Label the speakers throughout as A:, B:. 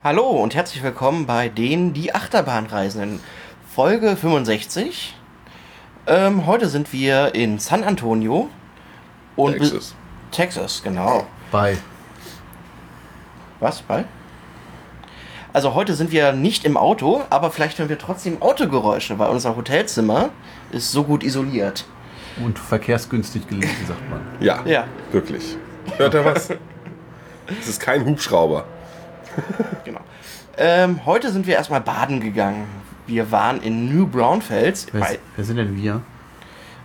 A: Hallo und herzlich willkommen bei den Die Achterbahnreisenden. Folge 65. Ähm, heute sind wir in San Antonio und
B: Texas.
A: Texas, genau.
C: Bei.
A: Was? Bei? Also heute sind wir nicht im Auto, aber vielleicht hören wir trotzdem Autogeräusche, weil unser Hotelzimmer ist so gut isoliert.
C: Und verkehrsgünstig gelegen, sagt man.
B: Ja,
A: Ja.
B: wirklich. Hört er was? Es ist kein Hubschrauber.
A: Genau. Ähm, heute sind wir erstmal baden gegangen. Wir waren in New Braunfels.
C: Wer,
A: Bei,
C: wer sind denn wir?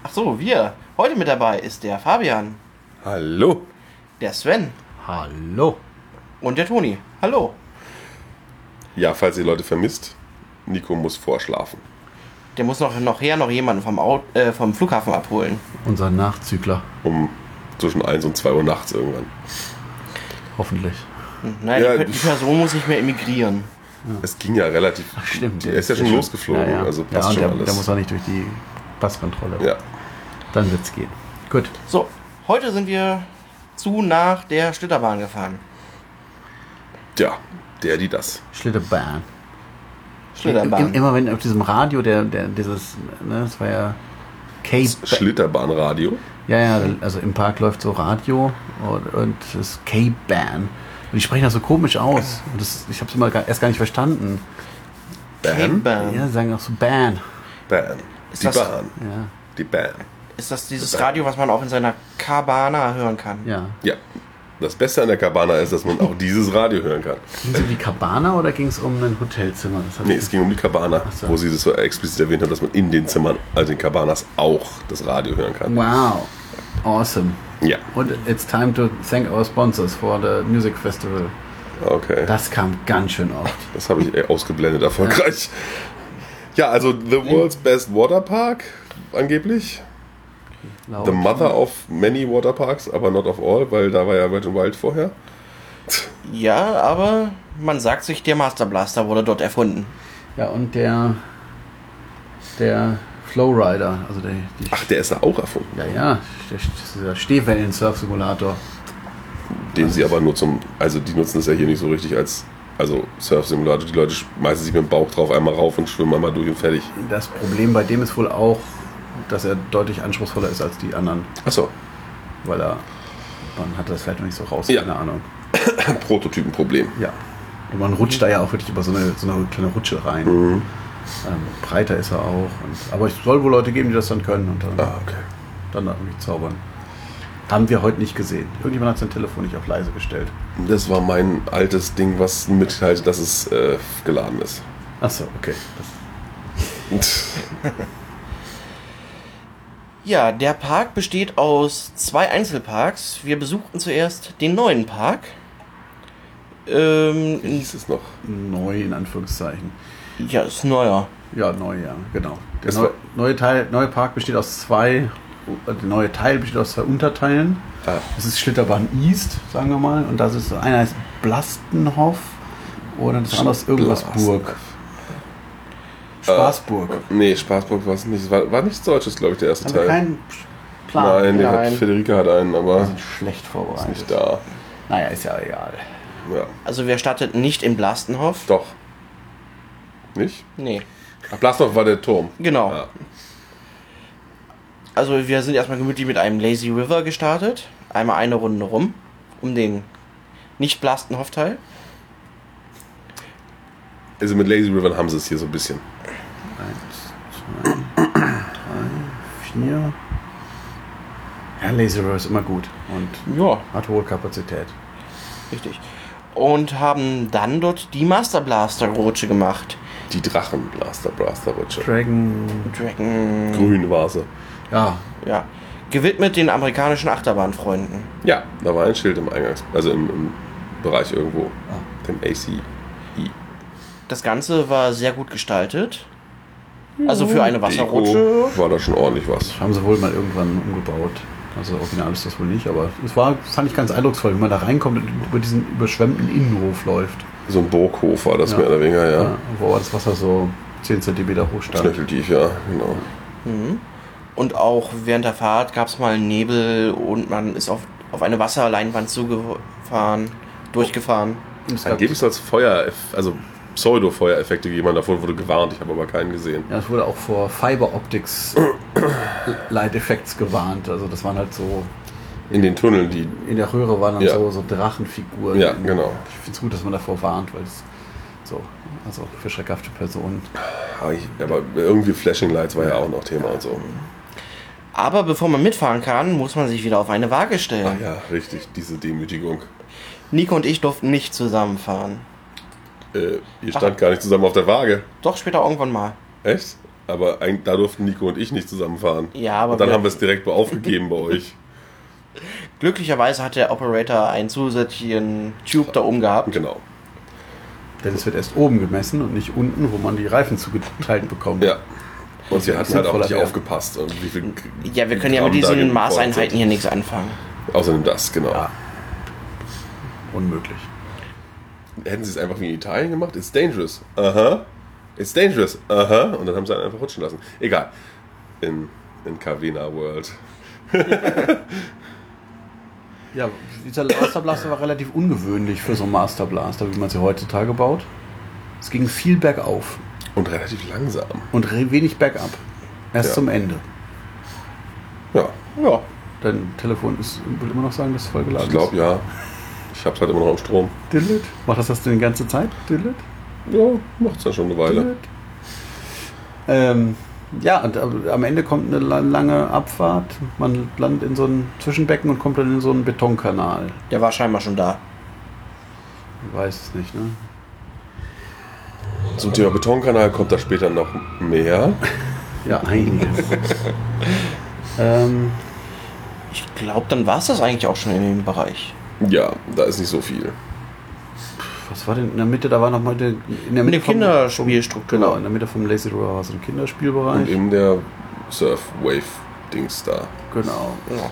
A: ach so, wir. Heute mit dabei ist der Fabian,
B: Hallo.
A: der Sven
C: Hallo.
A: und der Toni. Hallo.
B: Ja, falls ihr Leute vermisst, Nico muss vorschlafen.
A: Der muss noch nachher noch jemanden vom, Au äh, vom Flughafen abholen.
C: Unser Nachzügler.
B: Um zwischen 1 und 2 Uhr nachts irgendwann.
C: Hoffentlich.
A: Nein,
B: Ja,
A: die Per- die
B: pff.
A: Person muss nicht mehr emigrieren.
B: Es ging ja relativ. Er ist ja schon losgeflogen, also passt schon
C: ja, und der,
B: alles.
C: der muss auch nicht durch die Passkontrolle.
B: ja.
C: Dann wird's gehen. Gut.
A: So, heute sind wir zu nach der Schlitterbahn gefahren.
B: ja, der, die das.
C: Schlitterbahn.
A: Schlitterbahn.
C: Im- Immer wenn auf diesem Radio, der, der dieses, ne, das war ja K.
B: Schlitterbahnradio.
C: Ja, ja, also im Park läuft so Radio und, und das K-Ban. Und die sprechen das so komisch aus. Und das, ich habe es immer gar, erst gar nicht verstanden.
B: Bahn.
A: Bahn.
C: Ja, sie sagen auch so Ban.
B: Bahn. Die
A: das-
B: Bahn.
C: Ja,
B: Die Bahn.
A: Ist das dieses Radio, was man auch in seiner Cabana hören kann?
C: ja.
B: Ja. Das Beste an der Cabana ist, dass man auch dieses Radio hören kann.
C: Ging es um die Cabana oder ging es um ein Hotelzimmer? Das hab
B: Nee,
C: ich-
B: es ging um die Cabana,
C: so.
B: wo sie das so explizit erwähnt hat, dass man in den Zimmern, also in Cabanas, auch das Radio hören kann.
C: Wow. Awesome.
B: Ja,
C: Und it's time to thank our sponsors for the music festival.
B: okay. Das,
C: Das kam ganz schön oft.
B: habe ich eh ausgeblendet, erfolgreich. Ja, also The World's Best Waterpark, angeblich.
C: Laut.
B: The Mother of Many Waterparks, aber not of all, weil da war ja Wet n Wild vorher.
A: Ja, aber man sagt sich, der Master Blaster wurde dort erfunden.
C: Ja, und der, der Flowrider, also der, die,
B: Ach, der ist da auch erfunden,
C: ja, ja, der, dieser Stehwellen-Surf-Simulator.
B: den sie aber nur zum, also die nutzen das ja hier nicht so richtig als, also Surf-Simulator. Die Leute schmeißen sich mit dem Bauch drauf, einmal rauf und schwimmen einmal durch und fertig.
C: Das Problem bei dem ist wohl auch, dass er deutlich anspruchsvoller ist als die anderen,
B: Achso,
C: weil er, man hat das vielleicht noch nicht so raus,
B: Ja.
C: keine Ahnung.
B: Prototypenproblem.
C: Ja. Und man rutscht da ja auch wirklich über so eine, so eine kleine Rutsche rein. Ähm, breiter ist er auch. Und, aber es soll wohl Leute geben, die das dann können und dann,
B: Ah, okay.
C: dann da irgendwie zaubern. Haben wir heute nicht gesehen. Irgendjemand hat sein Telefon nicht auf leise gestellt.
B: Das war mein altes Ding, was mitteilte, dass es äh, geladen ist.
C: Achso, okay. Das,
A: Ja, der Park besteht aus zwei Einzelparks. Wir besuchten zuerst den neuen Park. Ähm,
B: Wie hieß es noch?
C: neu in Anführungszeichen.
A: ja, ist neuer.
C: Ja, neu, ja, genau. Der
B: Das
C: neu,
B: war-
C: neue, Teil, neue Park besteht aus zwei, äh, der neue Teil besteht aus zwei Unterteilen.
B: Ah,
C: Das ist Schlitterbahn East, sagen wir mal. Und das ist einer heißt Blastenhoff oder das andere ist irgendwas
B: Blastenhoff.
C: Burg.
B: Äh,
C: Spaßburg.
B: nee, Spaßburg war es nicht. Es War, war nichts Deutsches, glaube ich, der erste
C: Haben wir
B: Teil.
C: keinen Plan? Also,
B: nein, den
A: Nein.
B: Hat, Federica hat einen,
C: Wir
B: aber
C: sind schlecht
B: ist
C: vorbereitet.
B: nicht da.
C: Naja, ist ja egal.
B: Ja,
A: Also wir starteten nicht in Blastenhof.
B: doch. Nicht?
A: Nee,
B: Ach, Blastov war der Turm.
C: Oh.
A: genau.
B: Ja.
A: Also wir sind erstmal gemütlich mit einem Lazy River gestartet. Einmal eine Runde rum. Um den nicht Blastenhof-Teil.
B: Also mit Lazy River haben sie es hier so ein bisschen.
C: Eins, zwei, drei, vier. Ja, Lazy River ist immer gut und
A: Ja,
C: hat hohe Kapazität.
A: richtig. Und haben dann dort die Master Blaster-Rutsche gemacht.
B: Die Drachen, Blaster, Blaster, Rutsche.
C: Dragon.
A: Dragon.
B: Grün war sie.
C: Ja,
A: Ja. Gewidmet den amerikanischen Achterbahnfreunden.
B: Ja, da war ein Schild im Eingangs, also im, im Bereich irgendwo.
C: Ah.
B: Dem ACE.
A: Das Ganze war sehr gut gestaltet. Also für eine Wasserrutsche.
B: Deko War da schon ordentlich was.
C: haben sie wohl mal irgendwann umgebaut. Also original ist das wohl nicht, aber es war, fand ich ganz eindrucksvoll, wenn man da reinkommt und über diesen überschwemmten Innenhof läuft.
B: So ein Burghof war das
C: Ja.
B: mehr oder weniger, ja.
C: Ja, wo das Wasser so 10 cm hoch stand.
B: Knöcheltief, ja, genau.
A: Und auch während der Fahrt gab es mal Nebel und man ist auf, auf eine Wasserleinwand zugefahren, durchgefahren.
C: Es gab,
B: Angeblich soll es Feuer, also Pseudo-Feuereffekte geben. Davon wurde gewarnt, ich habe aber keinen gesehen.
C: ja, es wurde auch vor Fiber Optics Light Effects gewarnt. Also das waren halt so,
B: In den Tunneln, die.
C: in der Röhre waren dann
B: Ja.
C: so, so Drachenfiguren.
B: Ja, genau.
C: Ich finde es gut, dass man davor warnt, weil es so, also für schreckhafte Personen.
B: Aber Ah, ich- Aber irgendwie Flashing Lights war ja auch noch Thema und so.
A: Aber bevor man mitfahren kann, muss man sich wieder auf eine Waage
B: Ah
A: stellen.
B: ja, richtig, diese Demütigung.
A: Nico und ich durften nicht zusammenfahren.
B: Äh, ihr stand gar nicht zusammen auf der Waage.
A: Doch später irgendwann mal.
B: Echt? Aber eigentlich, da durften Nico und ich nicht zusammenfahren.
A: Ja, aber
B: Und dann
A: wir-
B: haben wir es direkt bei aufgegeben bei euch.
A: Glücklicherweise hat der Operator einen zusätzlichen Tube da oben gehabt.
B: Genau.
C: Denn es wird erst oben gemessen und nicht unten, wo man die Reifen zugeteilt bekommt.
B: Ja. Und wir hatten halt auch
C: Sinnvoller
B: nicht
C: wäre.
B: aufgepasst. Und wie viel G-
A: Ja, wir können ja
B: Gramm
A: mit
B: da
A: diesen
B: gefordert
A: Maßeinheiten
B: sind.
A: hier nichts anfangen.
B: Außerdem das, genau.
C: Ja. Unmöglich.
B: Hätten sie es einfach wie in Italien gemacht? It's dangerous. Aha. It's dangerous. Aha. Und dann haben sie einen einfach rutschen lassen. Egal. In, in Cavena World.
C: Ja, dieser Master Blaster war relativ ungewöhnlich für so einen Master Blaster, wie man sie heutzutage baut. Es ging viel bergauf
B: Und relativ langsam.
C: und re- wenig bergab. Erst
B: Ja.
C: zum Ende.
B: Ja. Ja.
C: Dein Telefon ist, will immer noch sagen, dass es vollgeladen
B: Ich glaube, ja. Ich hab's halt immer noch am Strom.
C: ist. Dillet? Macht das das denn die ganze Zeit? Dillet?
B: Ja, macht's dann schon eine Weile.
C: Dillet? Ähm, ja, und ab- am Ende kommt eine la- lange Abfahrt. Man landet in so einem Zwischenbecken und kommt dann in so einen Betonkanal.
A: Der war scheinbar schon da.
C: Ich weiß es nicht, ne?
B: Zum Thema Betonkanal kommt da später noch mehr.
C: Ja, einiges. ähm,
A: Ich glaube, dann war es das eigentlich auch schon in dem Bereich.
B: Ja, da ist nicht so viel.
C: Was war denn in der Mitte? Da war nochmal der, in der
A: Mit
C: Mitte
A: der Kinderspielstruktur.
C: Genau, in der Mitte vom Lazy River war so ein
B: Und
C: Kinderspielbereich.
B: eben der Surf-Wave-Dings da.
C: genau.
A: Genau.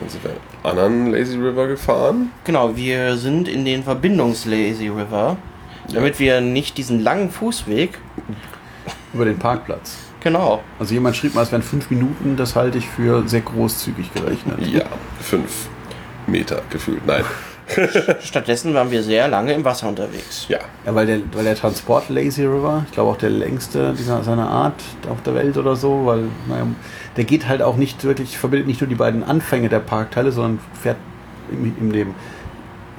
B: Dann sind wir in einen anderen Lazy River gefahren.
A: Genau, wir sind in den Verbindungs-Lazy River, damit wir nicht diesen langen Fußweg.
C: Über den Parkplatz.
A: Genau.
C: Also jemand schrieb mal, es wären fünf Minuten, das halte ich für sehr großzügig gerechnet.
B: Ja, fünf Meter gefühlt. Nein.
A: Stattdessen waren wir sehr lange im Wasser unterwegs.
B: Ja,
C: Ja, weil der, weil der Transport Lazy River, ich glaube auch der längste dieser, seiner Art auf der Welt oder so, weil, naja, der geht halt auch nicht wirklich, verbindet nicht nur die beiden Anfänge der Parkteile, sondern fährt in, in dem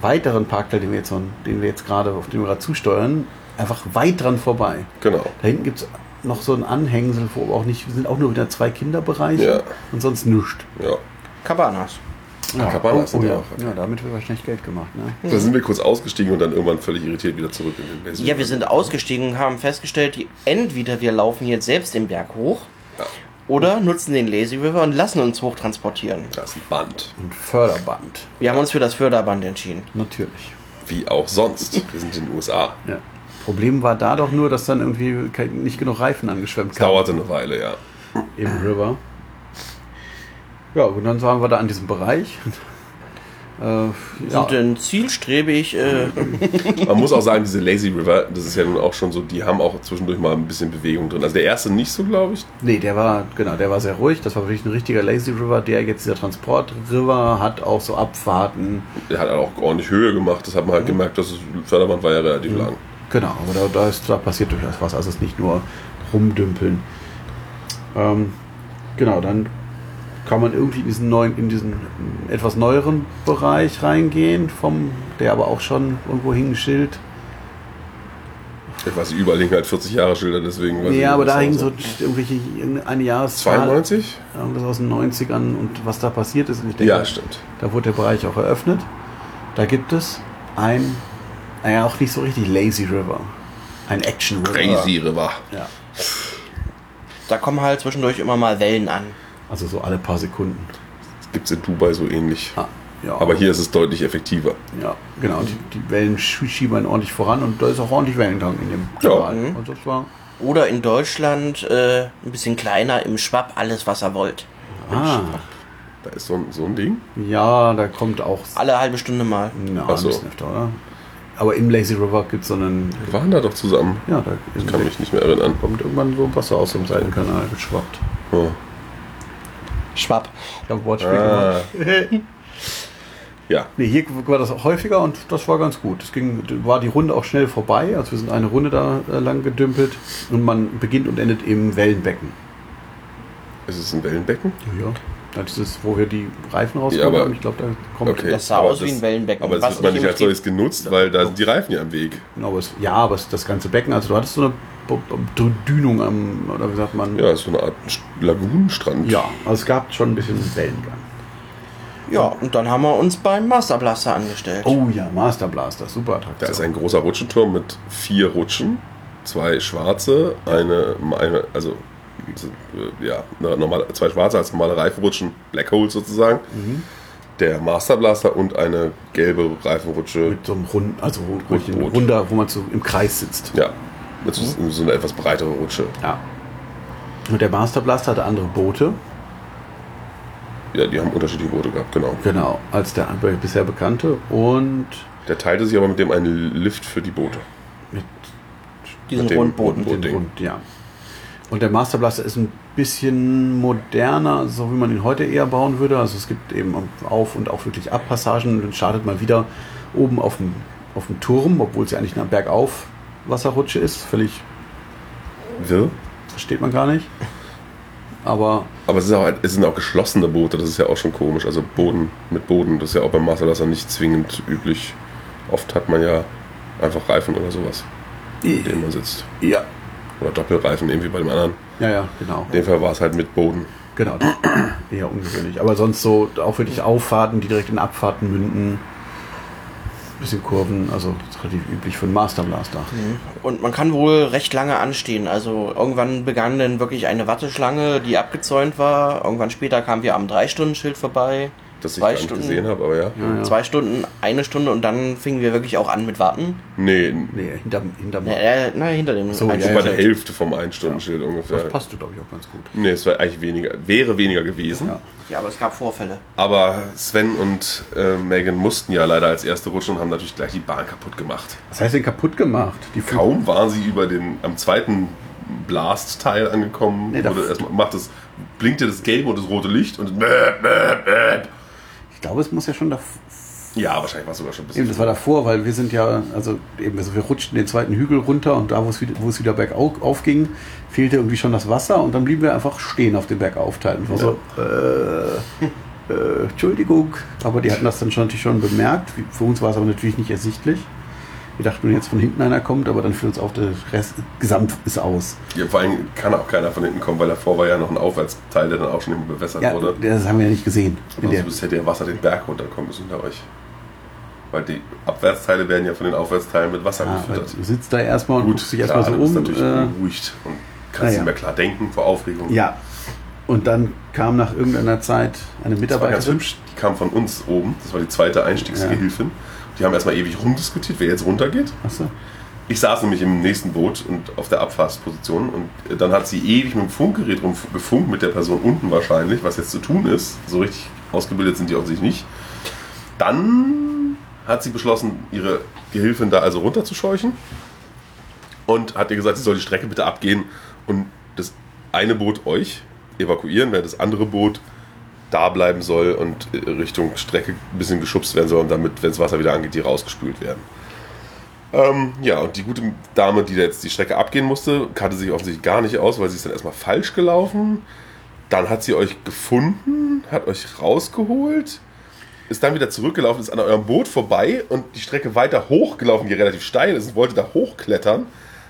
C: weiteren Parkteil, den wir jetzt, den wir jetzt gerade, auf dem wir gerade zusteuern, einfach weit dran vorbei.
B: genau.
C: Da hinten gibt es noch so ein Anhängsel, wo aber auch nicht, sind auch nur wieder zwei Kinderbereiche
B: Ja.
C: und sonst nichts.
B: Ja.
A: Cabanas.
B: Ja. Cabana sind ja
C: ja.
B: auch-
C: ja, damit wird wahrscheinlich Geld gemacht. Ne?
B: Da sind wir kurz ausgestiegen und dann irgendwann völlig irritiert wieder zurück in den Lazy
A: Ja, wir
B: River.
A: sind ausgestiegen und haben festgestellt, die- entweder wir laufen jetzt selbst den Berg hoch
B: Ja.
A: oder nutzen den Lazy River und lassen uns hochtransportieren.
B: Das ist ein Band.
C: Und Förderband,
A: Wir haben uns für das Förderband entschieden.
C: natürlich.
B: Wie auch sonst. Wir sind in den USA.
C: Ja. Problem war da doch nur, dass dann irgendwie kein- nicht genug Reifen angeschwemmt kamen
B: Dauerte eine Weile, ja.
C: im River. Ja, und dann waren wir da an diesem Bereich. äh, ja,
A: Und dann zielstrebig, äh,
B: Man muss auch sagen, diese Lazy River, das ist ja nun auch schon so, die haben auch zwischendurch mal ein bisschen Bewegung drin. Also der erste nicht so, glaube ich.
C: nee, der war, genau, der war sehr ruhig. Das war wirklich ein richtiger Lazy River. Der jetzt, dieser Transport River, hat auch so Abfahrten.
B: Der hat auch ordentlich Höhe gemacht. Das hat
C: Mhm.
B: man halt gemerkt, dass das Förderband war ja relativ lang.
C: Genau, aber da, da, ist, da passiert durchaus was. Also es ist nicht nur rumdümpeln. Ähm, genau, dann kann man irgendwie in diesen neuen, in diesen äh, etwas neueren Bereich reingehen, vom, der aber auch schon irgendwo hing ein Schild.
B: Ich weiß nicht, überall hingen halt 40 Jahre Schilder, deswegen weiß ich
C: ja, aber
B: nicht,
C: da
B: was
C: hing so
B: aussah.
C: irgendwelche eine Jahreszahl,
B: 92?
C: irgendwas aus den 90ern und was da passiert ist. Und ich denke,
B: Ja, stimmt.
C: Da wurde der Bereich auch eröffnet. Da gibt es ein, naja, auch nicht so richtig Lazy River. Ein Action River.
B: Crazy River.
C: Ja.
A: da kommen halt zwischendurch immer mal Wellen an.
C: Also so alle paar Sekunden.
B: Das gibt es in Dubai so ähnlich.
C: Ah, ja.
B: Aber hier ist es deutlich effektiver.
C: Ja, genau. Die, die Wellen sch- schieben einen ordentlich voran und da ist auch ordentlich Wellengang in dem
B: Ja.
C: Kanal.
A: Mhm.
C: Also das war.
A: Oder in Deutschland äh, ein bisschen kleiner im Schwapp alles, was er wollt.
C: Ah,
B: Da ist so ein, so ein Ding.
C: ja, da kommt auch.
A: Alle halbe Stunde mal.
C: Na,
B: Ach so.
C: ein bisschen öfter, oder? Aber im Lazy River gibt es so einen.
B: Wir waren da doch zusammen.
C: Ja, da
B: Ich kann mich nicht mehr erinnern.
C: kommt irgendwann so Wasser aus dem Seitenkanal geschwappt.
B: Oh.
A: Schwapp.
C: Ich habe Wortspiel
B: Ah.
C: gemacht.
B: Ja.
C: Nee, hier war das häufiger und das war ganz gut. Es ging, war die Runde auch schnell vorbei. Also wir sind eine Runde da äh, lang gedümpelt und man beginnt und endet im Wellenbecken.
B: Ist es ein Wellenbecken?
C: Ja. Da dieses, wo wir die Reifen rauskommen,
B: aber-
C: haben. ich glaube, da kommt
B: Okay.
A: Das sah
B: aber
A: aus wie
B: das-
A: ein Wellenbecken.
B: Aber das
A: was
B: wird man
A: nicht
B: nicht
A: im
B: als solches genutzt, weil da sind die Reifen ja am Weg.
C: Genau, aber es, ja, aber es, das ganze Becken, also du hattest so eine B- B- Dünung am, oder wie sagt man?
B: Ja, ist so eine Art St- Lagunenstrand.
C: Ja, also es gab schon ein bisschen
B: Mhm.
C: Wellengang.
A: Betrieb- Ja, und dann haben wir uns beim Master Blaster angestellt.
C: Oh ja, Master Blaster, super
B: Da ist
C: Attraktion.
B: ein großer Rutschenturm mit vier Rutschen, zwei schwarze, eine, eine also äh, ja, eine normale, zwei schwarze als normale Reifenrutschen, Black Hole sozusagen. Der Master Blaster und eine gelbe Reifenrutsche.
C: Mit so einem runden, also ru-
B: Rot,
C: richtig
B: rot.
C: runder, wo man so im Kreis sitzt.
B: ja, das ist so eine etwas breitere Rutsche.
C: Ja. Und der Master Blaster hatte andere Boote,
B: Ja, die haben unterschiedliche Boote gehabt, genau.
C: genau, als der be- bisher bekannte und
B: Der teilte sich aber mit dem einen Lift für die Boote.
C: mit
A: diesen
B: mit dem
A: Rundboden.
B: Rundboden.
C: dem
B: Ding.
C: Rund, ja. Und der Master Blaster ist ein bisschen moderner, so wie man ihn heute eher bauen würde. Also es gibt eben Auf- und auch wirklich Abpassagen. Dann startet man wieder oben auf dem, auf dem Turm, obwohl es ja eigentlich eine Bergauf Wasserrutsche ist. Völlig
B: Wirr.
C: versteht man gar nicht. Aber
B: Aber es, ist auch, es sind auch geschlossene Boote, das ist ja auch schon komisch. Also Boden mit Boden, das ist ja auch beim Master Blaster nicht zwingend üblich. Oft hat man ja einfach Reifen oder sowas, in denen man sitzt.
C: ja,
B: Oder Doppelreifen, irgendwie bei dem anderen.
C: ja, ja, genau.
B: In dem Fall war es halt mit Boden.
C: Genau, das ist eher ungewöhnlich. Aber sonst so auch wirklich Auffahrten, die direkt in Abfahrten münden. Bisschen Kurven, also das ist relativ üblich für einen Master Blaster.
A: Und man kann wohl recht lange anstehen. Also irgendwann begann dann wirklich eine Watteschlange, die abgezäunt war. Irgendwann später kamen wir am Drei-Stunden-Schild vorbei.
B: Das ich
A: Zwei
B: gar nicht
A: Stunden.
B: gesehen habe, aber Ah, ja.
C: Ja, ja.
A: Zwei Stunden, eine Stunde und dann fingen wir wirklich auch an mit Warten.
B: Nee,
C: Nee, hinterm, hinterm
A: Na, äh, na hinter dem
C: So,
B: so
A: Einstieg-
B: bei der Hälfte vom Einstundenschild ungefähr.
C: Das passte, glaube ich, auch ganz gut.
B: Nee, es war eigentlich weniger, wäre weniger gewesen.
C: Ja.
A: Ja, aber es gab Vorfälle.
B: Aber Sven und äh, Megan mussten ja leider als erste rutschen und haben natürlich gleich die Bahn kaputt gemacht.
C: Was heißt denn kaputt gemacht? Die Flug-
B: Kaum waren sie über den am zweiten Blast-Teil angekommen,
C: Nee, da-
B: wurde erstmal macht das, blinkte das gelbe und das rote Licht und mäh, mäh, mäh.
C: Ich glaube, es muss ja schon davor.
B: ja, wahrscheinlich war es sogar schon ein bisschen.
C: Eben, das war davor, weil wir sind ja, also eben, also wir rutschten den zweiten Hügel runter und da, wo es wieder, wo es wieder bergauf aufging, fehlte irgendwie schon das Wasser und dann blieben wir einfach stehen auf dem Bergaufteil. Und war so, äh, äh, Entschuldigung. Aber die hatten das dann schon, natürlich schon bemerkt. Wie- Für uns war es aber natürlich nicht ersichtlich. Wir dachten, wenn jetzt von hinten einer kommt, aber dann fiel uns auf, der Rest gesamt ist aus.
B: ja, vor allem kann auch keiner von hinten kommen, weil davor war ja noch ein Aufwärtsteil, der dann auch schon irgendwie bewässert
C: Ja,
B: wurde.
C: das haben wir ja nicht gesehen. In der,
B: Sonst hätte ja Wasser den Berg runterkommen müssen hinter euch. Weil die Abwärtsteile werden ja von den Aufwärtsteilen mit Wasser
C: ah,
B: gefüttert.
C: du sitzt da erstmal und guckst dich erstmal so
B: du bist
C: um.
B: natürlich
C: äh,
B: beruhigt und kannst
C: naja.
B: nicht mehr klar denken vor Aufregung.
C: Ja. Und dann kam nach irgendeiner Zeit eine
B: Das war ganz
C: Mitarbeiterin.
B: hübsch. Die kam von uns oben. Das war die zweite Einstiegsgehilfin. Die haben erstmal ewig rumdiskutiert, wer jetzt runtergeht.
C: Achso.
B: Ich saß nämlich im nächsten Boot und auf der Abfahrtsposition und äh, dann hat sie ewig mit dem Funkgerät rumgefunkt mit der Person unten wahrscheinlich, was jetzt zu tun ist. So richtig ausgebildet sind die offensichtlich nicht. Dann hat sie beschlossen, ihre Gehilfin da also runterzuscheuchen und hat ihr gesagt, sie soll die Strecke bitte abgehen und das eine Boot euch evakuieren, während das andere Boot da bleiben soll und äh, Richtung Strecke ein bisschen geschubst werden soll, und damit, wenn das Wasser wieder angeht, die rausgespült werden. Ähm, ja, und die gute Dame, die da jetzt die Strecke abgehen musste, kannte sich offensichtlich gar nicht aus, weil sie ist dann erstmal falsch gelaufen. Dann hat sie euch gefunden, hat euch rausgeholt, ist dann wieder zurückgelaufen, ist an eurem Boot vorbei und die Strecke weiter hochgelaufen, die relativ steil ist, und wollte da hochklettern.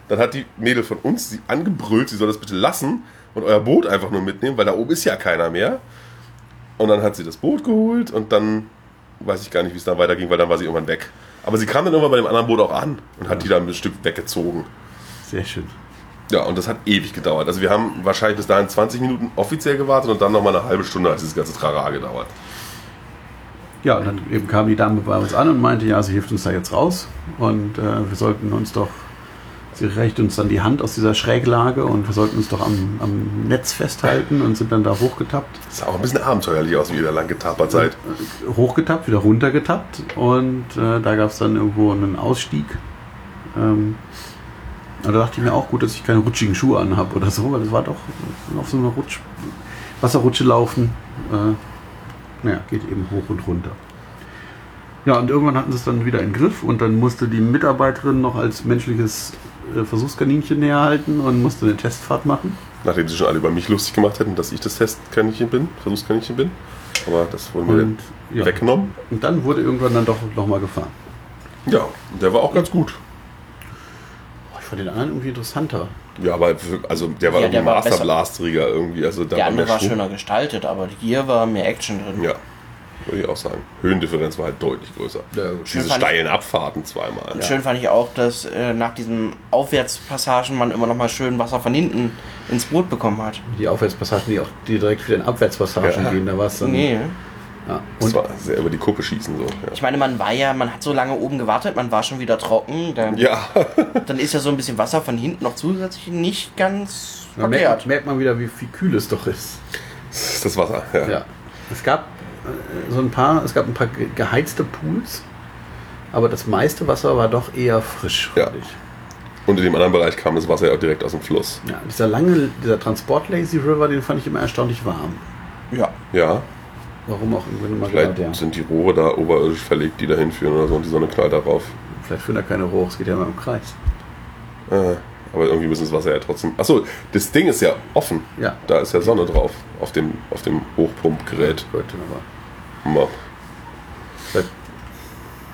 B: Dann hat die Mädel von uns sie angebrüllt, sie soll das bitte lassen und euer Boot einfach nur mitnehmen, weil da oben ist ja keiner mehr. Und dann hat sie das Boot geholt und dann weiß ich gar nicht, wie es dann weiterging, weil dann war sie irgendwann weg. Aber sie kam dann irgendwann bei dem anderen Boot auch an und hat die dann ein Stück weggezogen.
C: Sehr schön.
B: Ja, und das hat ewig gedauert. Also wir haben wahrscheinlich bis dahin 20 Minuten offiziell gewartet und dann nochmal eine halbe Stunde hat dieses ganze Trara gedauert.
C: Ja, und dann eben kam die Dame bei uns an und meinte, ja, sie hilft uns da jetzt raus. Und äh, wir sollten uns doch, sie reicht uns dann die Hand aus dieser Schräglage und wir sollten uns doch am, am Netz festhalten und sind dann da hochgetappt.
B: Das sah auch ein bisschen abenteuerlich aus, wie ihr da lang getapert seid.
C: Hochgetappt, wieder runtergetappt. Und äh, da gab es dann irgendwo einen Ausstieg. Ähm, und da dachte ich mir auch gut, dass ich keine rutschigen Schuhe anhab oder so, weil das war doch auf so einer Rutsch, Wasserrutsche laufen. Äh, naja, geht eben hoch und runter. Ja, und irgendwann hatten sie es dann wieder in Griff und dann musste die Mitarbeiterin noch als menschliches äh, Versuchskaninchen näher halten und musste eine Testfahrt machen.
B: Nachdem sie schon alle über mich lustig gemacht hätten, dass ich das Testkaninchen bin, Versuchskaninchen bin. Aber das wurde mir dann
C: Und, ja.
B: weggenommen.
C: und dann wurde irgendwann dann doch nochmal gefahren.
B: Ja, und der war auch ganz gut.
C: Boah, ich fand den anderen irgendwie interessanter.
B: Ja, aber für, also der war
A: Ja,
B: irgendwie
A: der war
B: Master
A: besser.
B: Blasteriger irgendwie. Also da
A: Der andere war
B: Schwung.
A: schöner gestaltet, aber hier war mehr Action drin.
B: Ja, würde ich auch sagen. Höhendifferenz war halt deutlich größer.
A: Schön
B: Diese
A: fand-
B: steilen Abfahrten zweimal.
A: Und schön fand ich auch, dass äh, nach diesen Aufwärtspassagen man immer noch mal schön Wasser von hinten ins Boot bekommen hat.
C: Die Aufwärtspassagen, die auch die direkt wieder in Abwärtspassagen
B: Ja.
C: gehen, da war es
B: Mhm.
C: dann.
A: Nee.
C: Ja.
B: Das
C: Und
B: war sehr über die Kuppe schießen so.
A: Ich meine, man war ja, man hat so lange oben gewartet, man war schon wieder trocken. Dann,
B: Ja. ja.
A: dann ist ja so ein bisschen Wasser von hinten noch zusätzlich nicht ganz
C: da merkt,
A: verkehrt.
C: merkt man wieder, wie viel kühl es doch ist.
B: Das ist das Wasser. Ja.
C: Ja. Es gab äh, so ein paar, es gab ein paar ge- geheizte Pools, aber das meiste Wasser war doch eher frisch,
B: Ja.
C: fand ich.
B: Und in dem anderen Bereich kam das Wasser ja auch direkt aus dem Fluss.
C: Ja, dieser lange, dieser Transport Lazy River, den fand ich immer erstaunlich warm.
A: Ja.
B: Ja.
C: Warum auch irgendwann immer
B: Vielleicht
C: genau der.
B: sind die Rohre da oberirdisch verlegt, die da hinführen oder so und die Sonne knallt darauf.
C: Vielleicht führen da keine Rohre, es geht ja immer im Kreis.
B: Äh, aber irgendwie müssen das Wasser ja trotzdem. Achso, das Ding ist ja offen.
C: Ja.
B: Da ist ja Sonne drauf. Auf dem, auf dem Hochpumpgerät.
C: Gut, aber
B: Mal.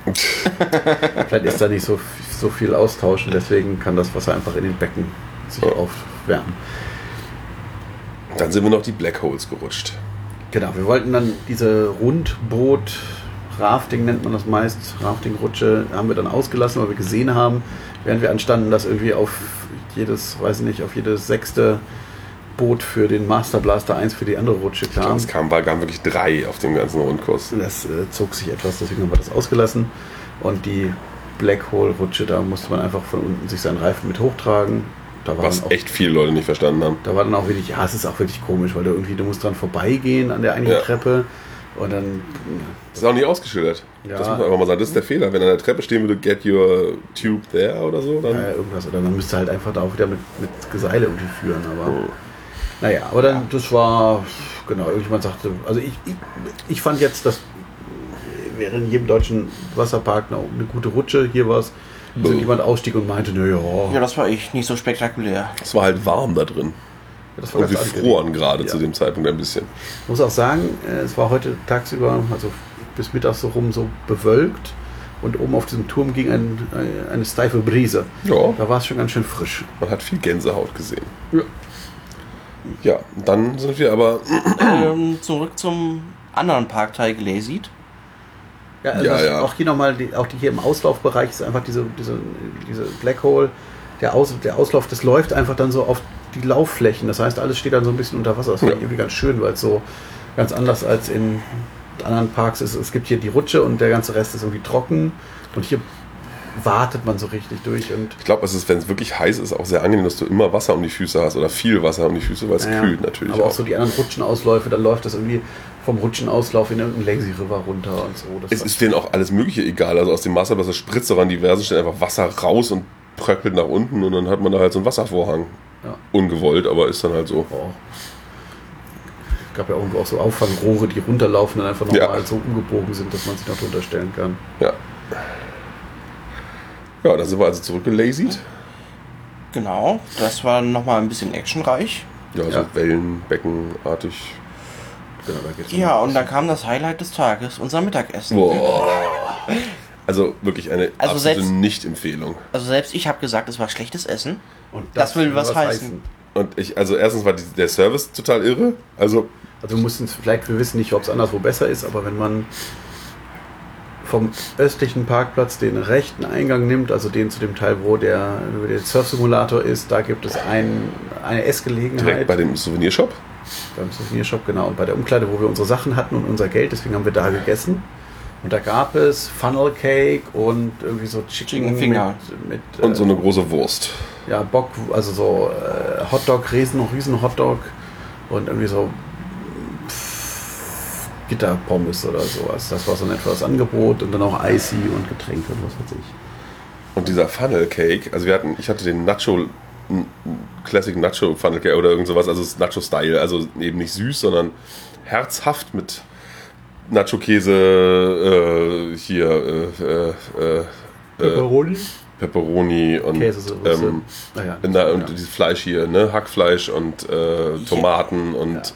C: vielleicht, vielleicht ist da nicht so, so viel Austausch und deswegen kann das Wasser einfach in den Becken sich
B: Ja.
C: aufwärmen.
B: Dann sind wir noch die Black Holes gerutscht.
C: Genau, wir wollten dann diese Rundboot, Rafting nennt man das meist, Rafting-Rutsche, haben wir dann ausgelassen, weil wir gesehen haben, während wir anstanden, dass irgendwie auf jedes, weiß nicht, auf jedes sechste Boot für den Master Blaster 1 für die andere Rutsche
B: Ich glaub,
C: kam.
B: Es kamen war- kamen wirklich drei auf dem ganzen Rundkurs.
C: Das äh, zog sich etwas, deswegen haben wir das ausgelassen. Und die Black Hole-Rutsche, da musste man einfach von unten sich seinen Reifen mit hochtragen. Da war
B: Was
C: dann auch
B: echt viele Leute nicht verstanden haben.
C: Da war dann auch wirklich, ja, es ist auch wirklich komisch, weil du irgendwie, du musst dran vorbeigehen an der einen
B: Ja.
C: Treppe und dann,
B: Das ist auch nicht ausgeschildert.
C: Ja.
B: Das muss man einfach mal sagen. Das ist der Fehler. Wenn an der Treppe stehen würde, get your tube there oder so, dann.
C: naja, Äh, irgendwas, oder man müsste halt einfach da auch wieder mit, mit Geseile irgendwie führen, aber,
B: Oh.
C: naja, aber dann, das war, genau, irgendjemand sagte, also ich, ich, ich fand jetzt, das wäre in jedem deutschen Wasserpark eine, eine gute Rutsche, hier war es,
B: Oh.
C: so jemand ausstieg und meinte, naja,
A: Ja, das war ich. Nicht so spektakulär.
B: Es war halt warm da drin.
C: das war
B: Und wir
C: ganz angenehm.
B: froren gerade
C: Ja.
B: zu dem Zeitpunkt ein bisschen.
C: Ich muss auch sagen, äh, es war heute tagsüber, also bis mittags so rum, so bewölkt. Und oben auf diesem Turm ging ein, äh, eine steife Brise.
B: Ja.
C: Da war es schon ganz schön frisch.
B: Man hat viel Gänsehaut gesehen.
C: Ja.
B: Ja, dann sind wir aber.
A: ähm, zurück zum anderen Parkteil Glazed.
C: Ja, also
B: Ja,
C: das-
B: ja.
C: Auch hier nochmal, die, auch die hier im Auslaufbereich ist einfach diese, diese, diese Black Hole. Der, Aus, der Auslauf, das läuft einfach dann so auf die Laufflächen. Das heißt, alles steht dann so ein bisschen unter Wasser. Das finde ich
B: Ja.
C: irgendwie ganz schön, weil es so ganz anders als in anderen Parks ist. Es gibt hier die Rutsche und der ganze Rest ist irgendwie trocken. Und hier wartet man so richtig durch und
B: Ich glaube, es ist, wenn es wirklich heiß ist, auch sehr angenehm, dass du immer Wasser um die Füße hast oder viel Wasser um die Füße, weil es
C: Ja,
B: kühlt natürlich.
C: Aber auch so die anderen Rutschenausläufe, dann läuft das irgendwie vom Rutschenauslauf in irgendeinen Lazy River runter und so. Das
B: es ist denen auch alles Mögliche egal. Also aus dem Wasserbasser spritzt auch an diversen Stellen einfach Wasser raus und pröppelt nach unten und dann hat man da halt so einen Wasservorhang.
C: Ja.
B: Ungewollt, aber ist dann halt so.
C: Boah. gab ja irgendwo auch so Auffangrohre, die runterlaufen und einfach
B: Ja.
C: nochmal so umgebogen sind, dass man sich noch drunter stellen kann.
B: Ja. Ja, dann sind wir also zurückgelazied.
A: Genau. Das war nochmal ein bisschen actionreich.
B: Ja, so
C: Ja.
B: Wellenbeckenartig.
C: Genau, da geht's
A: Ja, und dann kam das Highlight des Tages, unser Mittagessen.
B: Boah. Also wirklich eine
A: Also
B: absolute
A: selbst-
B: Nicht-Empfehlung.
A: Also selbst ich habe gesagt, es war schlechtes Essen.
C: Und
A: das will was heißen.
B: Und ich, also erstens war die, der Service total irre. Also
C: Also wir mussten vielleicht, wir wissen nicht, ob es anderswo besser ist, aber wenn man vom östlichen Parkplatz den rechten Eingang nimmt, also den zu dem Teil, wo der, wo der Surf-Simulator ist, da gibt es ein, eine
B: direkt
C: Essgelegenheit.
B: bei dem Souvenirshop.
C: beim Souvenirshop, genau, und bei der Umkleide, wo wir unsere Sachen hatten und unser Geld, deswegen haben wir da gegessen. Und da gab es Funnel Cake und irgendwie so Chicken
A: Chicken Finger.
C: mit, mit
B: Und so eine große Wurst.
C: äh, ja, Bock, also so äh, Hotdog, Riesen, Riesen Hotdog und irgendwie so pff, Gitterpommes oder sowas. Das war so ein etwas Angebot und dann auch Icy und Getränke und was weiß ich.
B: Und dieser Funnel Cake, also wir hatten, ich hatte den Nacho, n- n- Classic Nacho Funnel Cake oder irgend sowas, also es ist Nacho Style, also eben nicht süß, sondern herzhaft mit Nacho-Käse, äh, hier, äh, äh, äh, äh,
C: Pepperoni?
B: Pepperoni und,
C: Käsesoße.
B: ähm,
C: Naja,
B: na, und
C: Ah ja.
B: dieses Fleisch hier, ne? Hackfleisch und äh, Tomaten und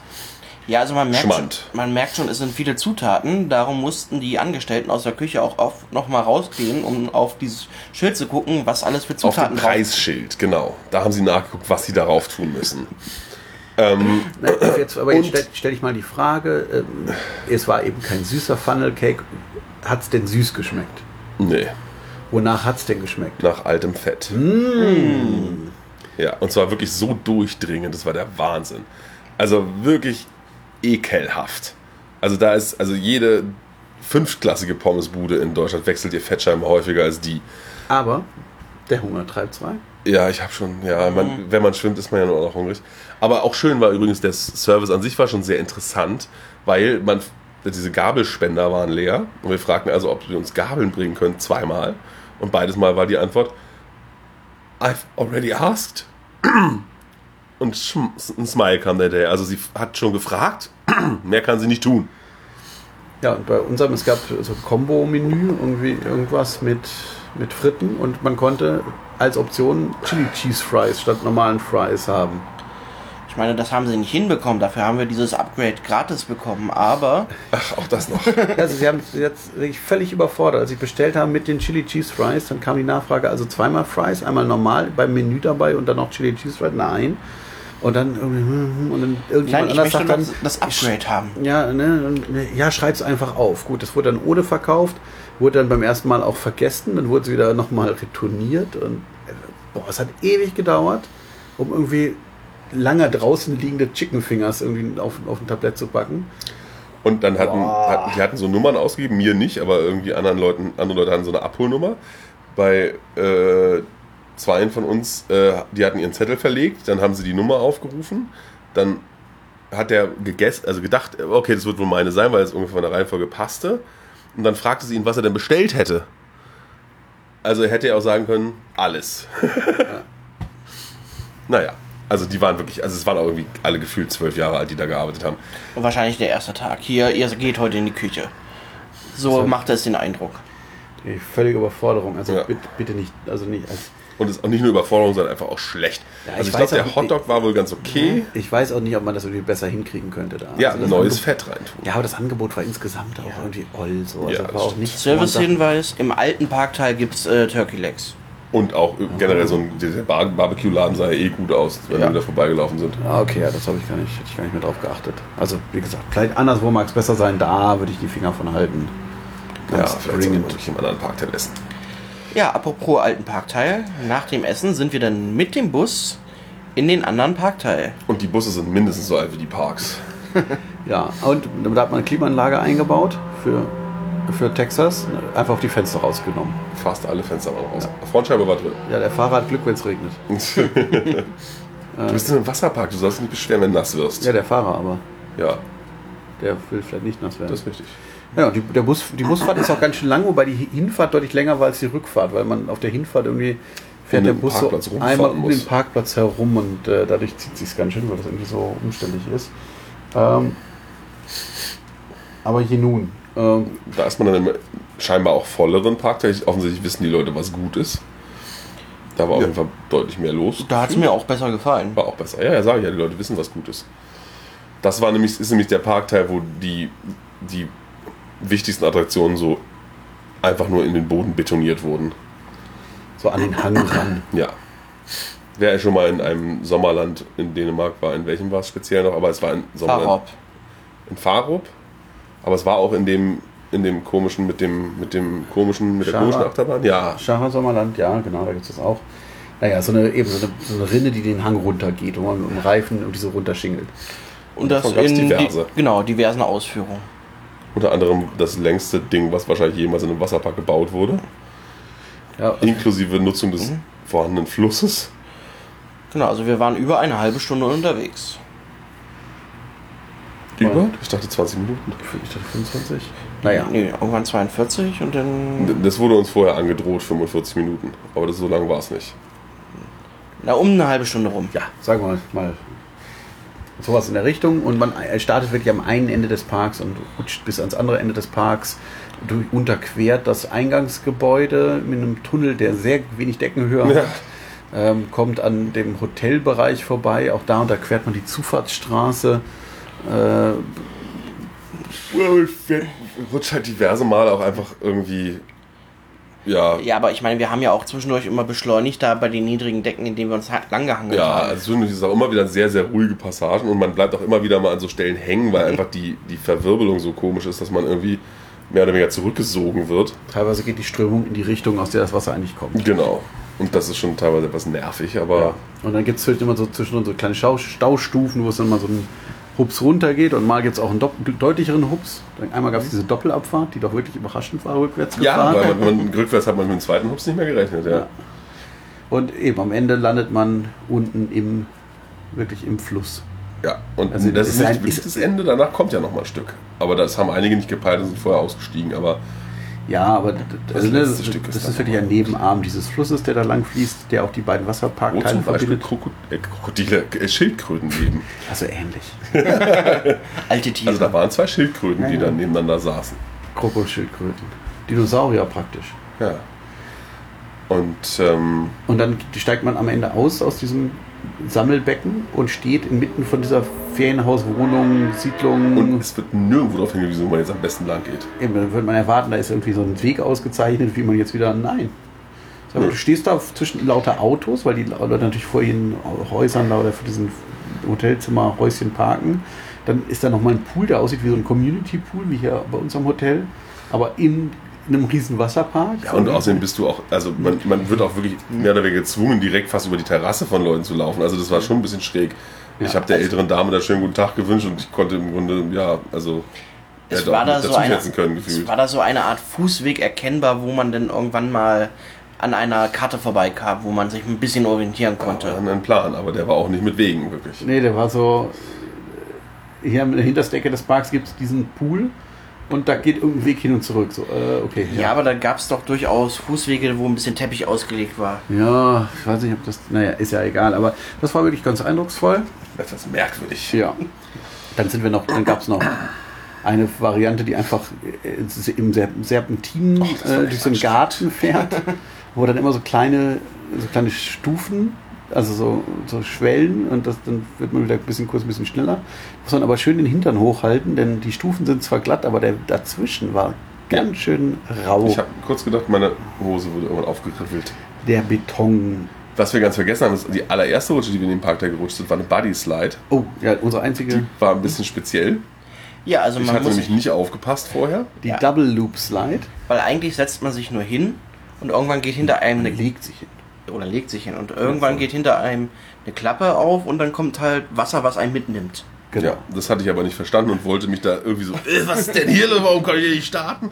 A: Ja, also man merkt,
B: Schmand.
A: schon- man merkt schon, es sind viele Zutaten. Darum mussten die Angestellten aus der Küche auch auf, nochmal rausgehen, um auf dieses Schild zu gucken, was alles für
B: auf dem
A: Zutaten drauf
B: Preisschild, genau. Da haben sie nachgeguckt, was sie darauf tun müssen. ähm,
C: Na, jetzt, aber jetzt
B: Und-
C: stelle stell ich mal die Frage, ähm, es war eben kein süßer Funnel Cake. Hat es denn süß geschmeckt?
B: nee,
C: Wonach hat es denn geschmeckt?
B: nach altem Fett. Ja, und zwar wirklich so durchdringend, das war der Wahnsinn. Also wirklich ekelhaft. Also da ist, also jede fünftklassige Pommesbude in Deutschland wechselt ihr Fettscheiben häufiger als die.
C: Aber der Hunger treibt's rein.
B: Ja, ich habe schon, ja, man, wenn man schwimmt, ist man ja nur noch hungrig. Aber auch schön war übrigens, der Service an sich war schon sehr interessant, weil man, diese Gabelspender waren leer und wir fragten also, ob sie uns Gabeln bringen können, zweimal. Und beides Mal war die Antwort, I've already asked. Und schm- ein Smile kam hinterher. Also sie hat schon gefragt, mehr kann sie nicht tun.
C: Ja, und bei unserem, es gab so ein Combo-Menü, irgendwie irgendwas mit, mit Fritten und man konnte als Option Chili Cheese Fries statt normalen Fries haben.
A: Ich meine, das haben sie nicht hinbekommen. Dafür haben wir dieses Upgrade gratis bekommen. Aber
B: Ach, auch das noch.
C: Also sie haben mich jetzt wirklich völlig überfordert. Als ich bestellt habe mit den Chili Cheese Fries, dann kam die Nachfrage, also zweimal Fries, einmal normal beim Menü dabei und dann noch Chili Cheese Fries. Nein. Und dann, irgendwie, hm, hm, und dann
A: nein,
C: irgendjemand
A: ich
C: anders
A: möchte
C: sagt
A: noch
C: dann,
A: das Upgrade haben.
C: ja, ne, und, ne, ja, schreib's einfach auf. Gut, das wurde dann ohne verkauft, wurde dann beim ersten Mal auch vergessen, dann wurde es wieder nochmal retourniert und äh, boah, es hat ewig gedauert, um irgendwie lange draußen liegende Chicken Fingers irgendwie auf, auf ein Tablett zu packen.
B: Und dann hatten,
C: Boah.
B: hatten die hatten so Nummern ausgegeben, mir nicht, aber irgendwie anderen Leuten, andere Leute hatten so eine Abholnummer. Bei äh, zweien von uns, äh, die hatten ihren Zettel verlegt, dann haben sie die Nummer aufgerufen, dann hat er gegessen, also gedacht, okay, das wird wohl meine sein, weil es ungefähr von der Reihenfolge passte. Und dann fragte sie ihn, was er denn bestellt hätte. Also hätte er auch sagen können, alles. Naja, also die waren wirklich, also es waren auch irgendwie alle gefühlt zwölf Jahre alt, die da gearbeitet haben.
A: Und wahrscheinlich der erste Tag. Hier, ihr geht heute in die Küche. So
C: So.
A: macht es den Eindruck.
C: Die völlige Überforderung. Also
B: Ja.
C: bitte, bitte nicht, also nicht als
B: Und es ist auch nicht nur Überforderung, sondern einfach auch schlecht.
C: Ja,
B: also
C: ich
B: ich glaube,
C: weiß auch
B: der
C: nicht,
B: Hotdog war wohl ganz okay.
C: Ich weiß auch nicht, ob man das irgendwie besser hinkriegen könnte da.
B: Ja,
C: also das
B: neues
C: Angebot-
B: Fett reintun.
C: Ja, aber das Angebot war insgesamt auch irgendwie oll. So. Also
B: Ja,
C: war
B: das
C: auch
B: stimmt.
C: nicht
A: Servicehinweis: Im alten Parkteil gibt es äh, Turkey Legs. Und
B: Und auch generell so ein der Bar Barbecue-Laden sah ja eh gut aus, wenn
C: Ja.
B: wir da vorbeigelaufen sind.
C: Ah, okay, ja, das habe ich gar nicht, hätte ich gar nicht mehr drauf geachtet. Also, wie gesagt, vielleicht anderswo mag es besser sein, da würde ich die Finger von halten.
B: Ja,
C: Ganz
B: vielleicht sollten wir
C: dringend.
B: wirklich im anderen Parkteil essen.
A: Ja, apropos alten Parkteil. Nach dem Essen sind wir dann mit dem Bus in den anderen Parkteil.
B: Und die Busse sind mindestens so alt wie die Parks.
C: Ja, und da hat man eine Klimaanlage eingebaut für, für Texas, einfach auf die Fenster rausgenommen.
B: Fast alle Fenster waren raus. Frontscheibe war drin.
C: Ja, der Fahrer hat Glück, wenn es regnet. Äh,
B: Du bist in einem Wasserpark, du sollst dich nicht beschweren, wenn du nass wirst.
C: Ja,
B: Ja,
C: der Fahrer aber. Der will vielleicht nicht nass werden.
B: das ist richtig.
C: Ja, und die, der Bus, die Busfahrt ist auch ganz schön lang, wobei die Hinfahrt deutlich länger war als die Rückfahrt, weil man auf der Hinfahrt irgendwie fährt
B: Um
C: der
B: den
C: Bus so
B: Parkplatz rumfahren
C: einmal um den
B: muss.
C: Parkplatz herum und äh, dadurch zieht sich ganz schön, weil das irgendwie so umständlich ist. Ähm, aber hier nun. Ähm,
B: Da ist man dann im scheinbar auch volleren Parkteil. Offensichtlich wissen die Leute, was gut ist. Da war auf jeden Fall deutlich mehr los.
A: Da hat es mir auch besser gefallen.
B: War auch besser. Ja, ja, sag ich ja, die Leute wissen, was gut ist. Das war nämlich, ist nämlich der Parkteil, wo die, die wichtigsten Attraktionen so einfach nur in den Boden betoniert wurden.
C: so an den Hang ran.
B: Ja. Wer schon mal in einem Sommerland in Dänemark war, in welchem war es speziell noch, aber es war in Sommerland.
A: Fahrrad.
B: In Farup. Aber es war auch in dem, in dem komischen, mit dem, mit dem komischen, mit der
C: Schara.
B: komischen Achterbahn. Ja.
C: Schacher Sommerland, ja, genau, da gibt es das auch. Naja, so eine, eben so eine, so eine Rinne, die den Hang runtergeht, wo man mit dem Reifen irgendwie so runterschingelt.
A: Und das
B: Davon gab's
A: in
B: diverse.
A: Die, genau, diversen Ausführungen.
B: Unter anderem das längste Ding, was wahrscheinlich jemals in einem Wasserpark gebaut wurde.
C: Ja,
B: Inklusive Nutzung des vorhandenen Flusses.
A: Genau, also wir waren über eine halbe Stunde unterwegs.
B: Über? Ich dachte 20 Minuten.
C: ich dachte 25. Naja.
A: Nee, irgendwann 42 und dann.
B: Das wurde uns vorher angedroht, 45 Minuten. Aber das, so lang war es nicht.
A: Na, um eine halbe Stunde rum.
C: ja, sagen wir mal, sowas in der Richtung. Und man äh, startet wirklich am einen Ende des Parks und rutscht bis ans andere Ende des Parks, durch, unterquert das Eingangsgebäude mit einem Tunnel, der sehr wenig Deckenhöhe
B: Ah.
C: hat. Ähm, kommt an dem Hotelbereich vorbei, auch da unterquert man die Zufahrtsstraße. Äh,
B: Rutscht halt diverse Male auch einfach irgendwie. Ja, ja,
A: Ja, aber ich meine, wir haben ja auch zwischendurch immer beschleunigt da bei den niedrigen Decken, in denen wir uns lang gehangen haben.
B: also es ist auch immer wieder sehr, sehr ruhige Passagen und man bleibt auch immer wieder mal an so Stellen hängen, weil einfach die, die Verwirbelung so komisch ist, dass man irgendwie mehr oder weniger zurückgesogen wird.
C: teilweise geht die Strömung in die Richtung, aus der das Wasser eigentlich kommt.
B: Genau. Und das ist schon teilweise etwas nervig, aber.
C: Ja. Und dann gibt es immer so zwischendrin so kleine Schau Staustufen, wo es dann mal so ein Hups runtergeht und mal gibt es auch einen dopp- deutlicheren Hups. Dann einmal gab es diese Doppelabfahrt, die doch wirklich überraschend war, rückwärts
B: Mhm. Ja, halt.
C: gefahren.
B: weil man, man rückwärts hat man mit dem zweiten Hups nicht mehr gerechnet, ja.
C: Ja. Und eben am Ende landet man unten im, wirklich im Fluss.
B: Ja, und
C: Also
B: das
C: ist
B: ist nicht
C: ein-
B: wirklich
C: ist-
B: das Ende, danach kommt ja noch mal ein Stück. Aber das haben einige nicht gepeilt und sind vorher ausgestiegen, aber
C: Ja, aber d- also, ne,
B: letzte
C: das,
B: Stück ist
C: das
B: dann
C: ist wirklich
B: noch-
C: ein Nebenarm dieses Flusses, der da lang fließt, der auch die beiden
B: wo
C: Wasserparkteile
B: Oh, zum Beispiel
C: verbindet.
B: Krokod äh, Krokodile, äh, Schildkröten leben.
C: Also ähnlich.
A: Alte Tiere.
B: Also da waren zwei Schildkröten, die
C: Ja, ja.
B: dann nebeneinander saßen.
C: Krokoschildkröten. Dinosaurier praktisch.
B: Ja. Und ähm,
C: Und dann steigt man am Ende aus aus diesem Sammelbecken und steht inmitten von dieser Ferienhauswohnung, Siedlung.
B: und es wird nirgendwo darauf hingewiesen, wo man jetzt am besten lang geht.
C: eben, dann würde man erwarten, da ist irgendwie so ein Weg ausgezeichnet, wie man jetzt wieder. Nein. Sag mal,
B: Nö.
C: Du stehst da zwischen lauter Autos, weil die Leute natürlich vor ihren Häusern oder vor diesen Hotelzimmer, Häuschen parken. Dann ist da nochmal ein Pool, der aussieht wie so ein Community-Pool, wie hier bei uns am Hotel, aber in, in einem riesen Wasserpark.
B: Ja, und außerdem bist du auch, also man, man wird auch wirklich
C: Mhm.
B: mehr oder weniger gezwungen, direkt fast über die Terrasse von Leuten zu laufen. Also das war schon ein bisschen schräg. Ich
C: Ja,
B: habe der
C: also-
B: älteren Dame da schönen guten Tag gewünscht und ich konnte im Grunde, ja, also
A: es,
B: hätte
A: war
B: auch
A: da
B: nicht
A: so eine,
B: dazuschätzen können gefühlt.
A: es war da so eine Art Fußweg erkennbar, wo man dann irgendwann mal an einer Karte vorbeikam, wo man sich ein bisschen orientieren
B: Wir
A: konnte.
B: hatten einen Plan, aber der war auch nicht mit Wegen, wirklich.
C: Nee, der war so. äh, Hier an der hintersten Ecke des Parks gibt es diesen Pool und da geht irgendein Weg hin und zurück. So, äh, okay.
A: Ja, aber da gab es doch durchaus Fußwege, wo ein bisschen Teppich ausgelegt war.
C: Ja, ich weiß nicht, ob das. Naja, ist ja egal, aber das war wirklich ganz eindrucksvoll.
B: Etwas merkwürdig.
C: Ja. Dann sind wir noch, dann gab es noch eine Variante, die einfach äh, im Ser- Serpentinen
B: Och, das war
C: äh,
B: echt
C: durch so einen Garten fährt, wo dann immer so kleine, so kleine Stufen, also so, so Schwellen und das, dann wird man wieder ein bisschen kurz, ein bisschen schneller. Muss man aber schön den Hintern hochhalten, denn die Stufen sind zwar glatt, aber der dazwischen war ganz schön rau.
B: Ich habe kurz gedacht, meine Hose wurde irgendwann aufgekribbelt.
C: Der Beton.
B: Was wir ganz vergessen haben, ist, die allererste Rutsche, die wir in den Park da gerutscht sind, war eine Buddy Slide.
C: Oh, ja, unsere einzige,
B: War ein bisschen speziell.
A: Ja, also
B: Ich
A: man
B: hatte
A: muss,
B: nämlich nicht aufgepasst vorher.
C: die
A: ja.
C: Double Loop Slide,
A: weil eigentlich setzt man sich nur hin und irgendwann geht hinter einem eine
C: legt sich hin.
A: oder legt sich hin und irgendwann geht hinter einem eine Klappe auf und dann kommt halt Wasser, was einen mitnimmt.
C: Genau.
B: Ja, das hatte ich aber nicht verstanden und wollte mich da irgendwie so, äh, was ist denn hier los, warum kann ich hier nicht starten?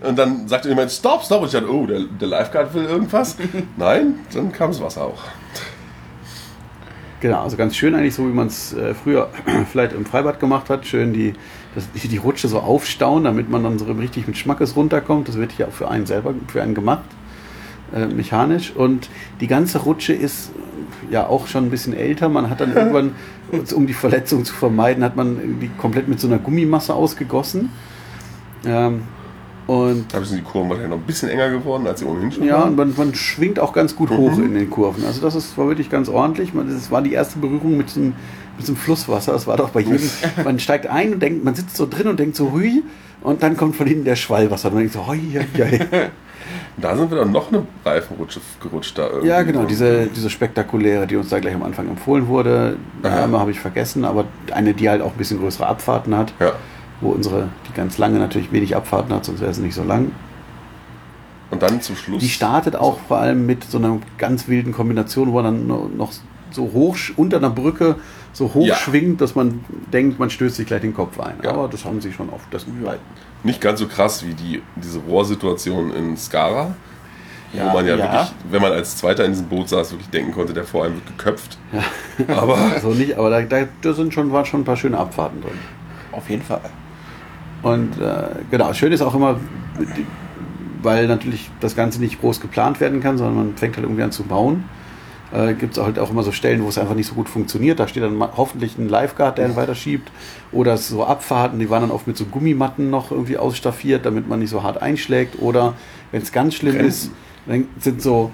B: Und dann sagte jemand, stopp, stopp. Und ich dachte, oh, der, der Lifeguard will irgendwas. Nein, dann kam das Wasser auch.
C: Genau, also ganz schön eigentlich, so wie man es äh, früher vielleicht im Freibad gemacht hat. Schön die, das, die die Rutsche so aufstauen, damit man dann so richtig mit Schmackes runterkommt. Das wird hier auch für einen selber, für einen gemacht, äh, mechanisch. Und die ganze Rutsche ist äh, ja auch schon ein bisschen älter. Man hat dann irgendwann, um die Verletzung zu vermeiden, hat man die komplett mit so einer Gummimasse ausgegossen. Ähm, und
B: Da sind die Kurven wahrscheinlich noch ein bisschen enger geworden, als sie ohnehin schon
C: ja,
B: waren.
C: und man, man schwingt auch ganz gut hoch in den Kurven. Also das ist, war wirklich ganz ordentlich. Man, das war die erste Berührung mit dem, mit dem Flusswasser. Das war doch bei jedem. Man steigt ein und denkt, man sitzt so drin und denkt so, hui. Und dann kommt von hinten der Schwallwasser. Und man denkt so, hoi, hoi, hoi.
B: Und da sind wir dann noch eine Reifenrutsche gerutscht. Da irgendwie.
C: Ja, genau, diese, diese spektakuläre, die uns da gleich am Anfang empfohlen wurde. Die
B: Aha.
C: Name habe ich vergessen, aber eine, die halt auch ein bisschen größere Abfahrten hat.
B: Ja,
C: Wo unsere, die ganz lange natürlich wenig Abfahrten hat, sonst wäre es nicht so lang.
B: und dann zum Schluss.
C: Die startet auch vor allem mit so einer ganz wilden Kombination, wo man dann no- noch so hoch sch- unter einer Brücke so hoch
B: Ja.
C: schwingt, dass man denkt, man stößt sich gleich den Kopf ein.
B: Ja.
C: Aber das haben sie schon oft. Das
B: Nicht ganz so krass wie die, diese Rohrsituation in Skara.
C: Ja,
B: wo man ja,
A: ja.
B: wirklich, wenn man als Zweiter in diesem Boot saß, wirklich denken konnte, der vor einem wird geköpft. Aber
C: also nicht, aber da, da, da sind schon, waren schon ein paar schöne Abfahrten drin.
A: Auf jeden Fall.
C: Und äh, genau, schön ist auch immer, die- weil natürlich das Ganze nicht groß geplant werden kann, sondern man fängt halt irgendwie an zu bauen. äh, gibt es halt auch immer so Stellen, wo es einfach nicht so gut funktioniert. Da steht dann ma- hoffentlich ein Lifeguard, der ihn weiterschiebt. Oder so Abfahrten, die waren dann oft mit so Gummimatten noch irgendwie ausstaffiert, damit man nicht so hart einschlägt. Oder wenn es ganz schlimm
B: Grenzen.
C: ist, dann sind so,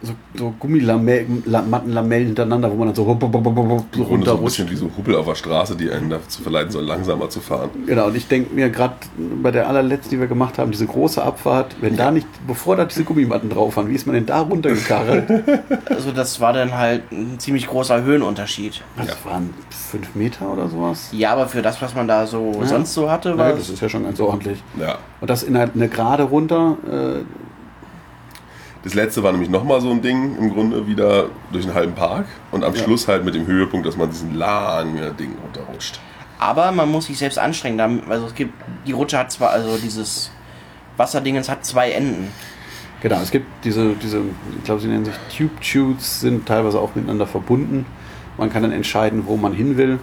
C: so, so Gummimattenlamellen hintereinander, wo man dann so, hup, hup, hup, hup,
B: Im
C: hup, so
B: Grunde so ein
C: runterrutscht.
B: bisschen wie so ein Hubbel auf der Straße, die einen dazu verleiten soll, langsamer zu fahren.
C: Genau, und ich denke mir gerade bei der allerletzten, die wir gemacht haben, diese große Abfahrt, wenn da nicht, bevor da diese Gummimatten drauf waren, wie ist man denn da runtergekarrt?
A: Also das war dann halt ein ziemlich großer Höhenunterschied.
C: Das waren fünf Meter oder sowas.
A: Ja, aber für das, was man da so
C: Ja.
A: sonst so hatte, war
C: Naja, das ist ja schon ganz ordentlich.
B: Ja.
C: Und das in eine, eine Gerade runter, äh,
B: Das letzte war nämlich nochmal so ein Ding, im Grunde wieder durch einen halben Park und am
C: Ja.
B: Schluss halt mit dem Höhepunkt, dass man diesen langen Ding runterrutscht.
A: Aber man muss sich selbst anstrengen. da- Also es gibt, die Rutsche hat zwar, also dieses Wasserdingens hat zwei Enden.
C: äh, genau, es gibt diese, diese, ich glaube, sie nennen sich Tube Chutes, sind teilweise auch miteinander verbunden. Man kann dann entscheiden, wo man hin will.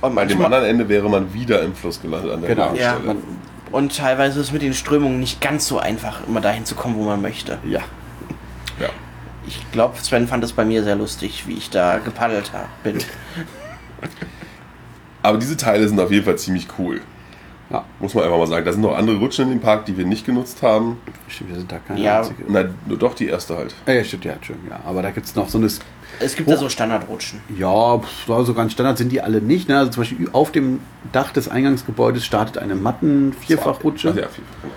A: Und,
B: An dem
A: manchmal-
B: anderen Ende wäre man wieder im Fluss gelandet an der
C: Genau.
B: Stelle.
A: Ja.
C: Man,
A: und teilweise ist mit den Strömungen nicht ganz so einfach, immer dahin zu kommen, wo man möchte.
C: ja.
B: Ja.
A: Ich glaube, Sven fand es bei mir sehr lustig, wie ich da gepaddelt hab, bin.
B: Aber diese Teile sind auf jeden Fall ziemlich cool.
C: Ja,
B: Muss man einfach mal sagen. Da sind noch andere Rutschen in dem Park, die wir nicht genutzt haben.
C: stimmt, wir sind da keine
A: Ja.
C: einzige.
B: Na, nur doch die erste halt.
C: Ah, Ja, stimmt, ja, schön, ja. Aber da gibt es noch so eine
A: Es gibt ja so Standardrutschen.
C: Ja, pf, also ganz Standard sind die alle nicht. Ne? Also zum Beispiel auf dem Dach des Eingangsgebäudes startet eine
B: Ach
C: Matten-Vierfachrutsche.
B: ja, vielfach, genau.